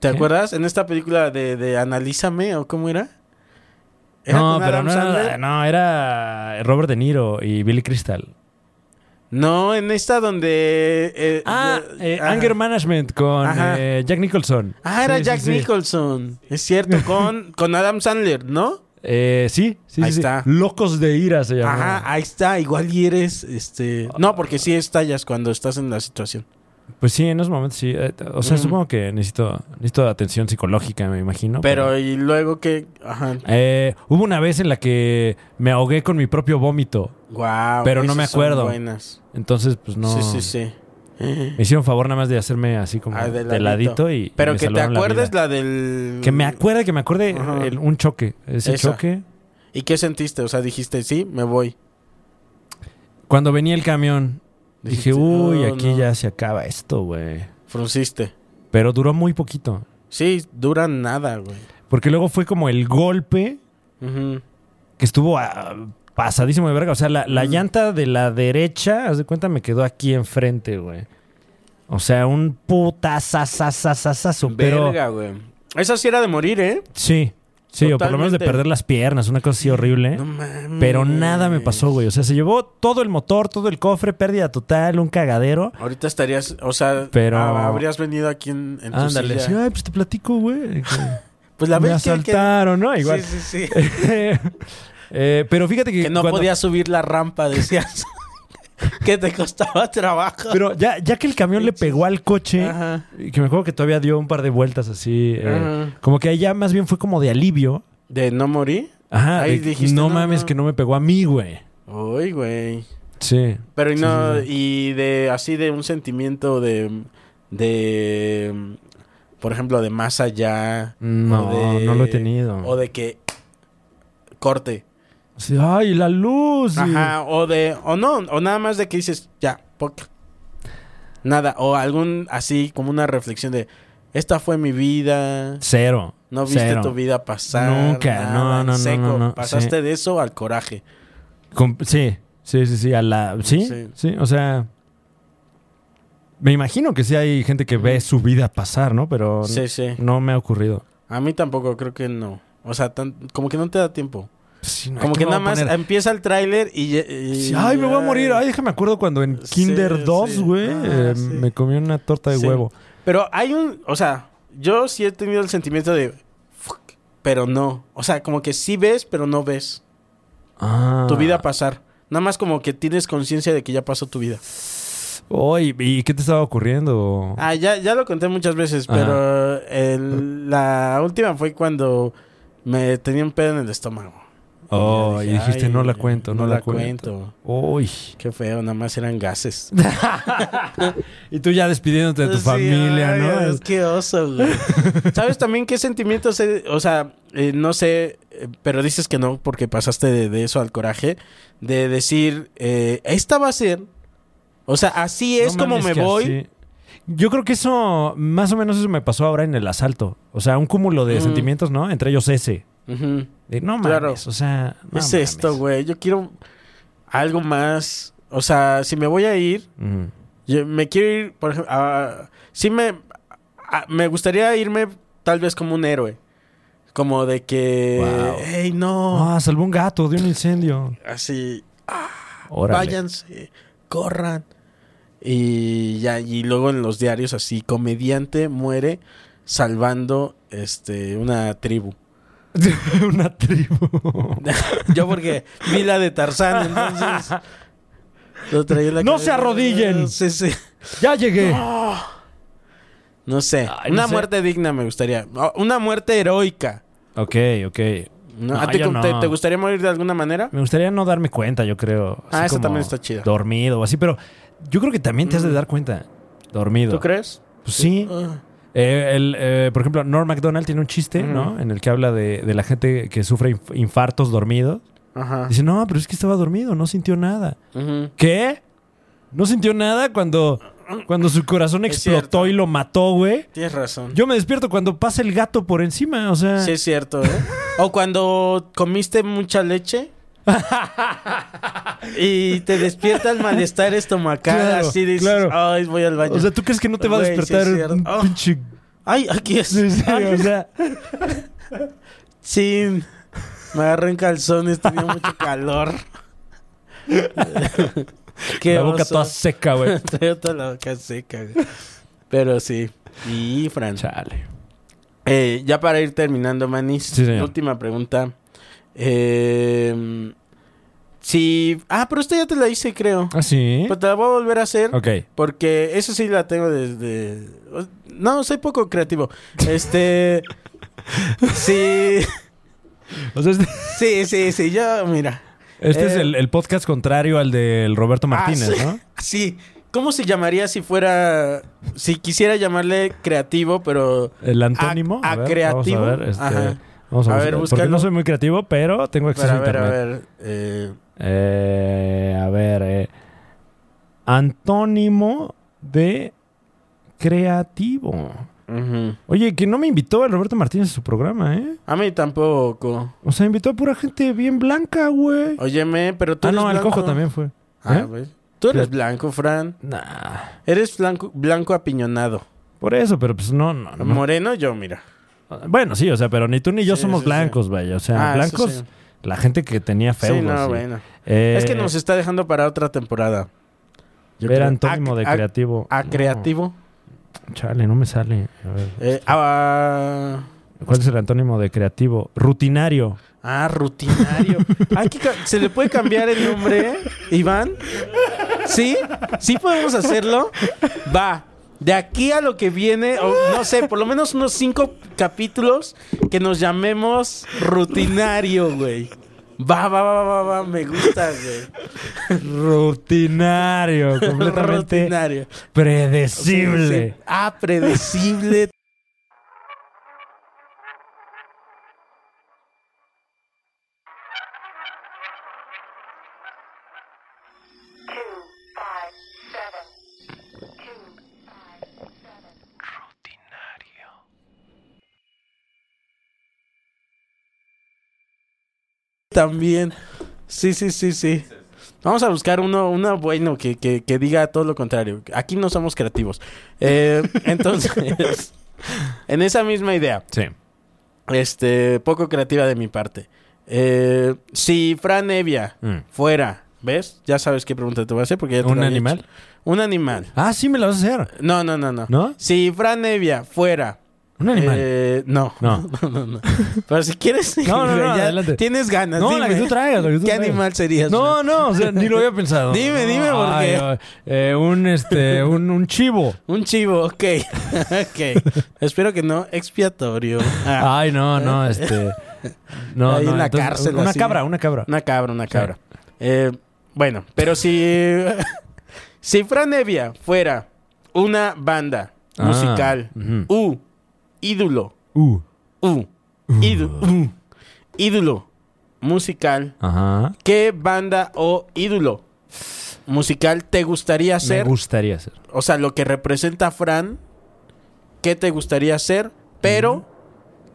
¿Te ¿Qué? acuerdas? En esta película de, de Analízame o cómo era. ¿Era no, con pero Adam no, era- Sandler? no, era Robert De Niro y Billy Crystal. No, en esta donde... eh, Ah, la- eh, ajá. Anger Management con Ajá. eh, Jack Nicholson. Ah, era Sí, sí, Jack sí. Nicholson. Es [laughs] cierto, con, con Adam Sandler, ¿no? Eh, sí, sí, Ahí sí, sí. está. Locos de ira se llama. Ajá, ah. ahí está. Igual y eres, este... No, porque sí estallas cuando estás en la situación. Pues sí, en esos momentos sí. Eh, O sea, supongo que necesito, necesito atención psicológica, me imagino. Pero y luego que... Ajá. Eh, hubo una vez en la que me ahogué con mi propio vómito. Wow. Pero no me acuerdo. Buenas. Entonces, pues no. Sí, sí, sí. Me hicieron favor nada más de hacerme así como Ah, de de ladito y. y Pero me que te salvaron la acuerdes vida. la, del... Que me acuerde, que me acuerde Ajá. el- un choque. Ese Esa. choque. ¿Y qué sentiste? O sea, dijiste, sí, me voy. Cuando venía el camión, Dijiste, dije, uy, "Oh, aquí no". ya se acaba esto, güey. Frunciste. Pero duró muy poquito. Sí, dura nada, güey. Porque luego fue como el golpe Ujú. que estuvo ah, pasadísimo de verga. O sea, la, la llanta de la derecha, haz de cuenta, me quedó aquí enfrente, güey. O sea, un putazazazazazazo. Pero Verga, güey. Esa sí era de morir, ¿eh? sí, sí, o por lo menos de Totalmente. perder las piernas, una cosa así horrible. No mames. Pero nada me pasó, güey. O sea, se llevó todo el motor, todo el cofre, pérdida total, un cagadero. Ahorita estarías, o sea, Pero- ah, habrías venido aquí en, en tu Ándale, silla. sí, ay, pues te platico, güey. Pues la me vez que- que, asaltaron, ¿no? Igual. Sí, sí, [laughs] sí. Eh, pero fíjate que, que no cuando- podías subir la rampa, decías. [laughs] que te costaba trabajo. Pero ya, ya que el camión le pegó al coche, Ajá. y que me acuerdo que todavía dio un par de vueltas así, eh, Ajá. como que ahí ya más bien fue como de alivio. ¿De no morir? Ajá, Ahí de que, dijiste, no "No, mames no". que no me pegó a mí, güey. Uy, güey. Sí. Pero y Sí, no, sí, sí. y de así de un sentimiento de. de. por ejemplo, de más allá. No, o de- no lo he tenido. O de que. corte. Sí, ay, la luz. y- Ajá, o de. o no, o nada más de que dices, ya, poc. Nada, o algún así como una reflexión de. Esta fue mi vida. Cero. No viste cero. tu vida pasar. Nunca, nada, no, no, en no, no, no, Pasaste sí. de eso al coraje. Com- sí, sí, sí, sí, a la... ¿sí? sí, Sí. o sea... Me imagino que sí hay gente que ve su vida pasar, ¿no? Pero Sí, sí. no me ha ocurrido. A mí tampoco, creo que no. O sea, tan- como que no te da tiempo. Sí, no, Como ¿qué que me nada voy a más poner? empieza el tráiler y, ya- y Sí, ay, me voy a morir. Ay, déjame acuerdo cuando en Sí, Kinder sí. 2, güey, Ah, eh, sí. me comí una torta de Sí. huevo. Pero hay un, o sea, yo sí he tenido el sentimiento de fuck, pero no. O sea, como que sí ves, pero no ves Ah. tu vida pasar. Nada más como que tienes conciencia de que ya pasó tu vida. Oy, ¿y qué te estaba ocurriendo? Ah, ya, ya lo conté muchas veces, Ajá. pero el- la última fue cuando me tenía un pedo en el estómago. oh, ya y dije, dijiste, "Ay, no la cuento, no, la, cuento. Uy. Qué feo, nada más eran gases. Y tú ya despidiéndote de tu Sí, familia, ay, ¿no? Es que oso, güey. [laughs] ¿Sabes también qué sentimientos? he- o sea, eh, no sé, eh, pero dices que no porque pasaste de, de eso al coraje. De decir, eh, esta va a ser. O sea, así es No como mames, me que voy. así. Yo creo que eso, más o menos eso me pasó ahora en el asalto. O sea, un cúmulo de Mm. sentimientos, ¿no? Entre ellos ese. Ujú. De, no mames, Claro. o sea... no es mames. esto, güey. Yo quiero algo más. O sea, si me voy a ir, Mm. yo me quiero ir, por ejemplo, a- sí me, a- me gustaría irme tal vez como un héroe. Como de que, Wow. hey, no, Ah, salvó un gato de un incendio. así, Órale. váyanse, corran. Y ya, y luego en los diarios así, comediante muere salvando este una tribu. [laughs] [laughs] Una tribu. [laughs] Yo porque vi la de Tarzán, entonces lo traía en la ¡No se cabeza. arrodillen! Sí, sí. ¡Ya llegué! No sé. Ay, no una sé. muerte digna me gustaría. O- Una muerte heroica. Ok, ok. No, No, ¿a ti yo con- te, no. te gustaría morir de alguna manera? Me gustaría no darme cuenta, yo creo. Ah, eso también está chido. Mm. Dormido o así, pero yo creo que también te has de dar cuenta. Dormido. ¿Tú crees? Pues sí. Ah. Eh, el, eh, por ejemplo, Norm MacDonald tiene un chiste, Mm. ¿no? En el que habla de, de la gente que sufre inf- infartos dormidos. Ajá. Dice, no, pero es que estaba dormido, no sintió nada. Ah. Ujú. ¿Qué? ¿No sintió nada cuando, cuando su corazón Es explotó cierto. y lo mató, güey? Tienes razón. Yo me despierto cuando pasa el gato por encima, o sea... Sí, es cierto, ¿eh? o cuando comiste mucha [laughs] leche. y te despierta el malestar estomacal. Claro, así dices, claro. ay, voy al baño. O sea, ¿tú crees que no te va a Güey, sí es despertar cierto. un Oh. pinche... Ay, aquí es. [laughs] Sí, sí, Ay, o sea, Sí, [laughs] me agarré en calzones, tenía mucho calor. Qué la boca oso. toda [laughs] seca, güey. Tenía toda la boca seca, güey. Pero sí. Y Fran. Chale. Eh, ya para ir terminando, Manis. Sí, señor. Última pregunta. Eh, si. Ah, pero esta ya te la hice, creo. ¿Ah, sí? Pues te la voy a volver a hacer. Ok. Porque eso sí la tengo desde. No, soy poco creativo. [laughs] Este. sí. O sea, este Sí, sí, sí. Yo, mira. este Eh. es el, el podcast contrario al del Roberto Martínez, Ah, sí. ¿no? [laughs] Sí. ¿Cómo se llamaría si fuera. Si quisiera llamarle creativo, pero. El antónimo. A- a creativo. Vamos a ver. este, Ajá. vamos a A ver, ver, porque búscalo. no soy muy creativo, pero tengo Pero, acceso a ver, a a internet. ver. eh, Eh, a ver, eh, antónimo de creativo. ujú. Oye, que no me invitó el Roberto Martínez a su programa, ¿eh? A mí tampoco. O sea, invitó a pura gente bien blanca, güey. Óyeme, pero tú Ah, eres no, el blanco. cojo también fue. Ah, ¿Eh? güey. Tú eres Fíjate. blanco, Fran. Nah. Eres blanco, blanco apiñonado. Por eso, pero pues no, no, no. Moreno, yo, mira. Bueno, sí, o sea, pero ni tú ni yo Sí, somos sí, sí. blancos, vaya. O sea, Ah, eso blancos, sí. la gente que tenía feudos. sí, no, y- bueno. Eh, es que nos está dejando para otra temporada. Yo Ver creo- antónimo a- de a- creativo. A No, creativo. chale, no me sale. A ver. Eh, ah, a, ¿Cuál es el antónimo de creativo? Rutinario. ah, rutinario. Hay que ca- ¿Se le puede cambiar el nombre, Iván? ¿Sí? ¿Sí podemos hacerlo? Va. De aquí a lo que viene, o no sé, por lo menos unos cinco capítulos que nos llamemos rutinario, güey. Va, va, va, va, va, me gusta, güey. Rutinario, [laughs] completamente Rutinario. predecible. Sí, sí. Ah, predecible. two, five, seven, two, five, seven. También. Sí, sí, sí, sí. Vamos a buscar uno, uno bueno que, que, que diga todo lo contrario. Aquí no somos creativos. [laughs] Eh, entonces, en esa misma idea, Sí. este, poco creativa de mi parte. Eh, si Fran Evia Mm. fuera, ¿ves? Ya sabes qué pregunta te voy a hacer porque ya te ¿Un la había animal? hecho. Un animal. Ah, sí, me lo vas a hacer. No, no, no, no. ¿No? Si Fran Evia fuera Un animal. eh, no. No. [laughs] no, no, no. Pero si quieres, [laughs] No, no, no, ya adelante. tienes ganas. no, la que dime. tú traigas. la que tú ¿Qué traigas. animal serías? No, no, o sea, ni lo había [laughs] pensado. Dime, No, dime, ¿por ay, qué? ay, eh, un, este, un, un chivo. Un chivo, ok. [laughs] ok. Espero que no expiatorio. Ah, Ay, no, no, este. No, Ahí no, en la entonces, cárcel, Una así. cabra, una cabra. Una cabra, una cabra. Eh, bueno, pero si. [laughs] si Fran Evia fuera una banda Ah, musical, ujú. U, ídolo, Uh. U, ídolo, [laughs] U, ídolo musical, Ajá. ¿qué banda o ídolo musical te gustaría Me ser? gustaría ser. o sea, lo que representa a Fran, ¿qué te gustaría ser? Pero,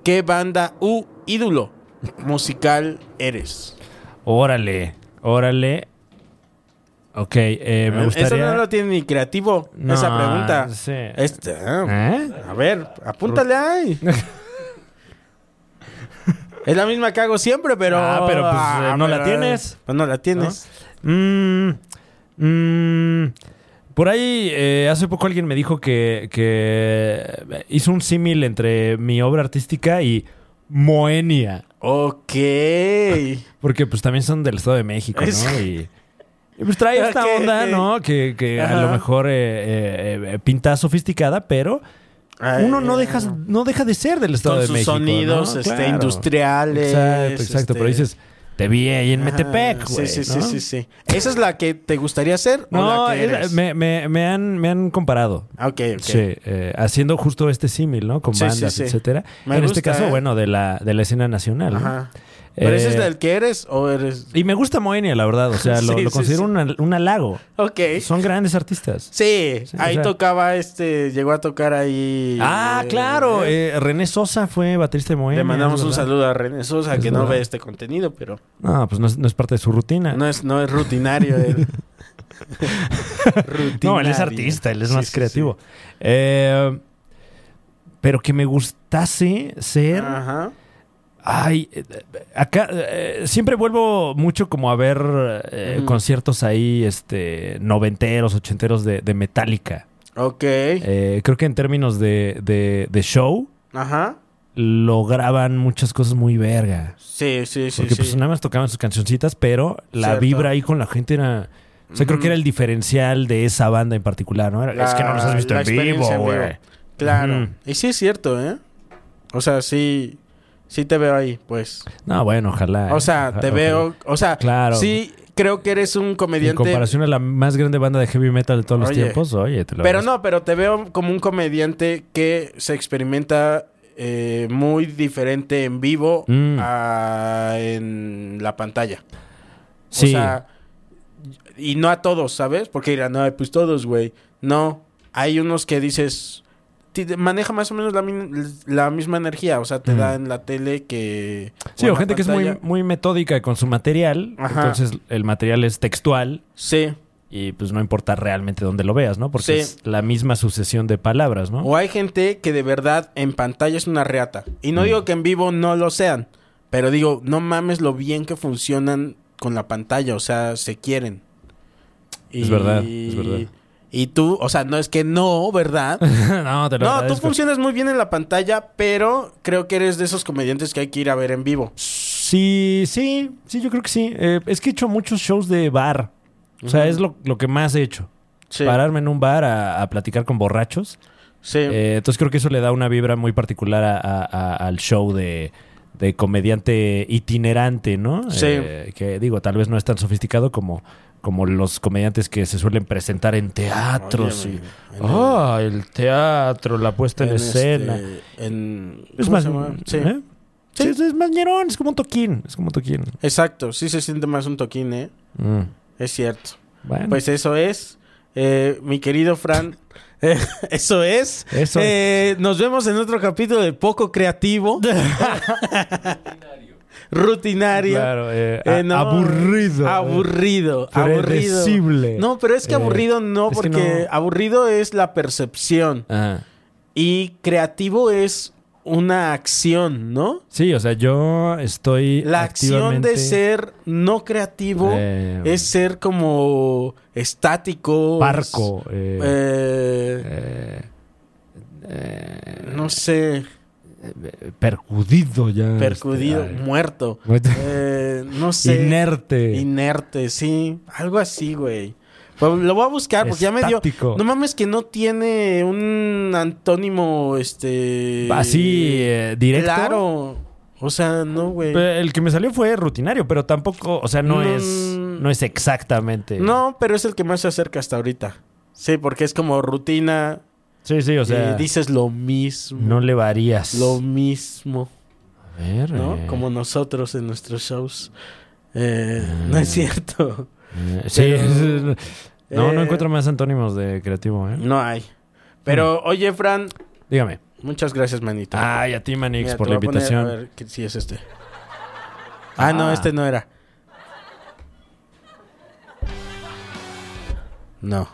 ¿qué banda u ídolo musical eres? Órale, órale. Ok, eh, Eso me no gustaría. lo tiene ni creativo, No, esa pregunta. sí. Este, ah, ¿Eh? A ver, apúntale ahí. es la misma que hago siempre, pero. Ah, pero, pues, eh, no la tienes. Pues no la tienes. Mm, mm, por ahí, eh, hace poco alguien me dijo que, que hizo un símil entre mi obra artística y Moenia. Ok. Porque pues también son del Estado de México, Es- ¿no? Y, y, [laughs] pues trae esta Ok. onda, ¿no? Que, que a Ajá. lo mejor eh, eh, eh, pinta sofisticada, pero uno no deja, no deja de ser del Estado Con de sus México. sonidos ¿no? este, Claro. industriales. Exacto, exacto. Pero este, dices, te vi ahí en Ajá, Metepec, güey. Sí, sí, ¿no? sí, sí, sí. ¿Esa es la que te gustaría hacer o No, la que es- eres? me, me- me han, me han comparado. Ah, Ok, ok. Sí, eh, haciendo justo este símil, ¿no? Con Sí, sí, bandas, sí. etcétera. Me en este gusta, caso, ¿eh? bueno, de la, de la escena nacional. ¿no? Ajá. ¿Pero ese es Eh, del que eres o eres...? Y me gusta Moenia, la verdad. O [laughs] sea, lo, Sí, lo sí, considero sí. un hal- un halago. Ok. Son grandes artistas. Sí, Sí, ahí o sea- tocaba este... Llegó a tocar ahí... Ah, eh, claro. eh, René Sosa fue baterista de Moenia. Le mandamos es un verdad. saludo a René Sosa, Es que no verdad. ve este contenido, pero No, pues no es, no es parte de su rutina. no es, no es rutinario. [laughs] él. No, él Rutinario. es artista, él es Sí, más sí, creativo. Eh, pero que me gustase sí. ser. Ajá. Ay, eh, eh, acá eh, siempre vuelvo mucho como a ver eh, conciertos ahí, este, noventeros, ochenteros de, de Metallica. Ok. Eh, creo que en términos de, de- de show, Ajá. lograban muchas cosas muy verga. Sí, sí, sí. Porque sí. pues nada más tocaban sus cancioncitas, pero la Cierto. vibra ahí con la gente era... O sea, creo que era el diferencial de esa banda en particular, ¿no? Era, La- es que no los has visto la en vivo, experiencia güey. Claro. Ujú. Y sí es cierto, ¿eh? O sea, sí. Sí te veo ahí, pues. No, bueno, ojalá. O ¿eh? sea, Ojalá, te ojalá. veo. O sea, Claro. sí creo que eres un En comediante. comparación a la más grande banda de heavy metal de todos los Oye. tiempos, oye, te lo Pero agradezco. no, pero te veo como un comediante que se experimenta eh, muy diferente en vivo Mm. a en la pantalla. Sí. O sea, y no a todos, ¿sabes? Porque dirán, no, pues todos, güey. No, hay unos que dices, ti- maneja más o menos la, min- la misma energía, o sea, te da en la tele que... Mm. Sí, o en o la gente que es muy, pantalla. muy metódica con su material. Ajá. Entonces, el material es textual Sí. y pues no importa realmente dónde lo veas, ¿no? Porque Sí. es la misma sucesión de palabras, ¿no? O hay gente que de verdad en pantalla es una reata. Y Mm. no digo que en vivo no lo sean, pero digo, no mames lo bien que funcionan con la pantalla, o sea, se quieren. Es verdad, es verdad. Y tú, o sea, no es que no, ¿verdad? [laughs] no, te lo No, tú agradezco. funcionas muy bien en la pantalla, pero creo que eres de esos comediantes que hay que ir a ver en vivo. Sí, sí, sí, yo creo que sí. Eh, es que he hecho muchos shows de bar. O sea, es lo, lo que más he hecho. Sí. Pararme en un bar a, a platicar con borrachos. Sí. Eh, entonces creo que eso le da una vibra muy particular a- a- a- al show de, de comediante itinerante, ¿no? Sí. Eh, que digo, tal vez no es tan sofisticado como, como los comediantes que se suelen presentar en teatros. Óyeme, y- en Ah, el, teatro, la puesta en, En este, escena. en- Es ¿cómo más, se llama? Sí. ¿eh? Sí, Sí. es- es más ñerón, es como un toquín. Es como un toquín. Exacto, sí se siente más un toquín, ¿eh? Mm. Es cierto. Bueno, Pues eso es, eh, mi querido [laughs] Fran. Eh, [laughs] eso es. Eso Eh, Nos vemos en otro capítulo de Poco [laughs] Creativo. [laughs] Rutinario. claro, eh, Eh, a- no, aburrido. eh. Aburrido. Aburrido. Predecible. No, pero es que Eh, aburrido no, es que porque no. aburrido es la percepción. Ajá. Y creativo es una acción, ¿no? Sí, o sea, yo estoy. La acción de activamente- ser no creativo Eh, es ser como estático. Parco. eh, Pues, Eh, eh, eh, no sé, percudido ya. percudido, este, ay. muerto. Eh, no [laughs] sé. Inerte. Inerte, sí. Algo así, güey. Pues, Lo lo voy a buscar porque ya me Estático. dio. No mames que no tiene un antónimo, este. Así, eh, directo. Claro. O sea, no, güey. Pero El que me salió fue rutinario, pero tampoco, o sea, no, No, es no es exactamente. No, pero es el que más se acerca hasta ahorita. Sí, porque es como rutina. Sí, sí, o sea, eh, dices lo mismo. no le varías. Lo mismo. A ver, ¿no? eh, Como nosotros en nuestros shows. Eh, Ah. No es cierto. eh, sí, pero- [laughs] no, no eh, encuentro más antónimos de creativo, ¿eh? No hay. Pero, Mm. oye, Fran, Dígame. muchas gracias, manito. Ay, a ti, Manix, Mira, por te la voy a poner- invitación. a ver que- si es este. Ah, no, Ah. este no era. No.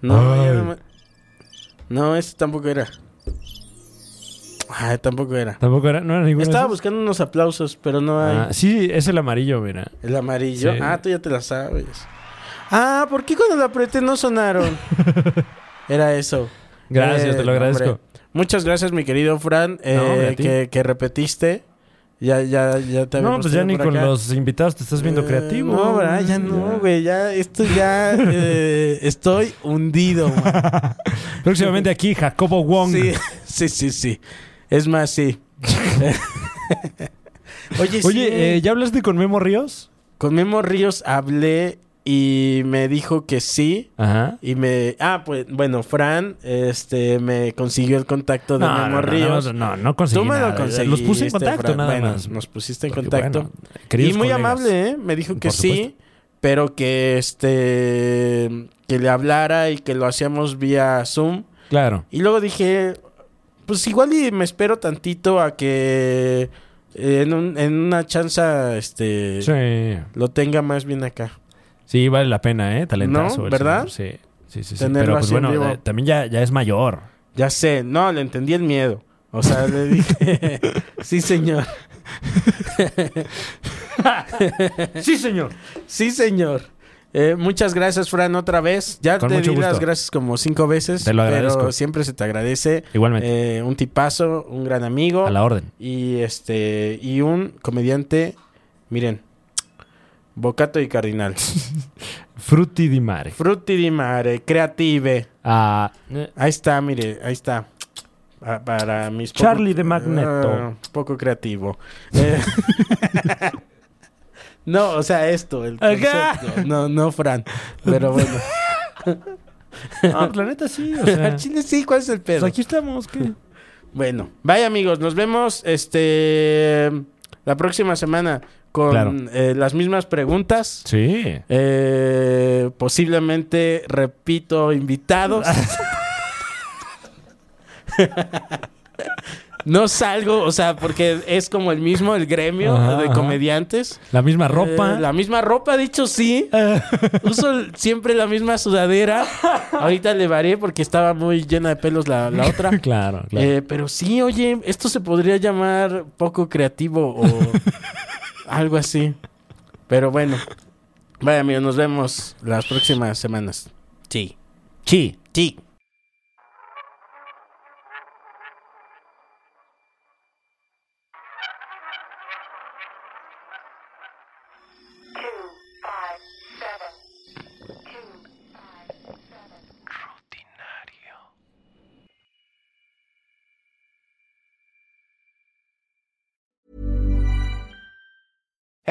No, ya no, me- no, este tampoco era. Ah, tampoco era. Tampoco era, no era ninguno. de Estaba esos? buscando unos aplausos, pero no hay. Ah, sí, es el amarillo, mira. El amarillo. Sí. Ah, tú ya te la sabes. Ah, ¿por qué cuando la apreté no [laughs] sonaron? Era eso. Eh, Gracias, te lo agradezco. Muchas gracias, mi querido Fran, eh, hombre, a ti. que, que repetiste. Ya, ya, ya te No, habíamos pues ya tenido ni por con acá. los invitados te estás viendo Eh, creativo. No, ¿verdad? ya no, güey. Ya, esto ya. eh, estoy [laughs] hundido, man. Próximamente aquí, Jacobo Wong. Sí, sí, sí, sí. Es más, [laughs] sí. Oye, sí. Oye, eh, ¿ya hablaste con Memo Ríos? Con Memo Ríos hablé y me dijo que sí. Ajá. Y me. Ah, pues bueno, Fran este, me consiguió el contacto de Memo Ríos. No, no, no conseguí Tú me lo nada. conseguiste. Los puse en contacto Fran. nada Bueno, más. Nos pusiste en Porque, contacto. bueno, y queridos muy colegas. amable, ¿eh? Me dijo que Por sí, supuesto. pero que este. que le hablara y que lo hacíamos vía Zoom. Claro. Y luego dije, pues igual y me espero tantito a que. eh, En, un- en una chanza, este. Sí. Lo tenga más bien acá. Sí, vale la pena, ¿eh? Talentazo. ¿No? el ¿Verdad? señor. Sí, sí, sí. sí. Tenerlo Pero pues así en bueno, vivo. eh, también ya, ya es mayor. Ya sé, no, le entendí el miedo. O sea, le dije, [laughs] sí, señor. Sí, señor. Eh. Sí, señor. Eh, muchas gracias, Fran, otra vez. Ya Con te di mucho las gusto. gracias como cinco veces. Te lo agradezco. Pero siempre se te agradece. Igualmente. Eh, un tipazo, un gran amigo. A la orden. Y este. Y un comediante. Miren. Bocato y [laughs] Cardinal. Frutti di mare. Frutti di mare, creative. [laughs] Ah, eh, Ahí está, mire, ahí está. Pa- Para mis poco- Charlie de Magneto. Ah, poco creativo. Eh, [laughs] no, o sea, esto, el Acá. concepto. No, no, Fran. Pero bueno. no, pues la neta sí. [laughs] O sea, Al chile sí, ¿cuál es el [laughs] pues pedo? aquí estamos. ¿qué? Bueno, vaya amigos, nos vemos este la próxima semana con Claro. eh, las mismas preguntas. Sí. Eh, posiblemente, repito, [laughs] invitados. no salgo, o sea, porque es como el mismo, el gremio Ajá, de ajá. comediantes. La misma ropa. Eh, [laughs] la misma ropa, dicho sí. Uso el- siempre la misma sudadera. Ahorita le varié porque estaba muy llena de pelos la, la otra. [laughs] Claro, claro. Eh, pero sí, oye, esto se podría llamar poco creativo [laughs] o algo así. Pero bueno. Vaya, amigos, nos vemos las próximas semanas. Sí. Sí. Sí. two five seven two five seven. Rutinario.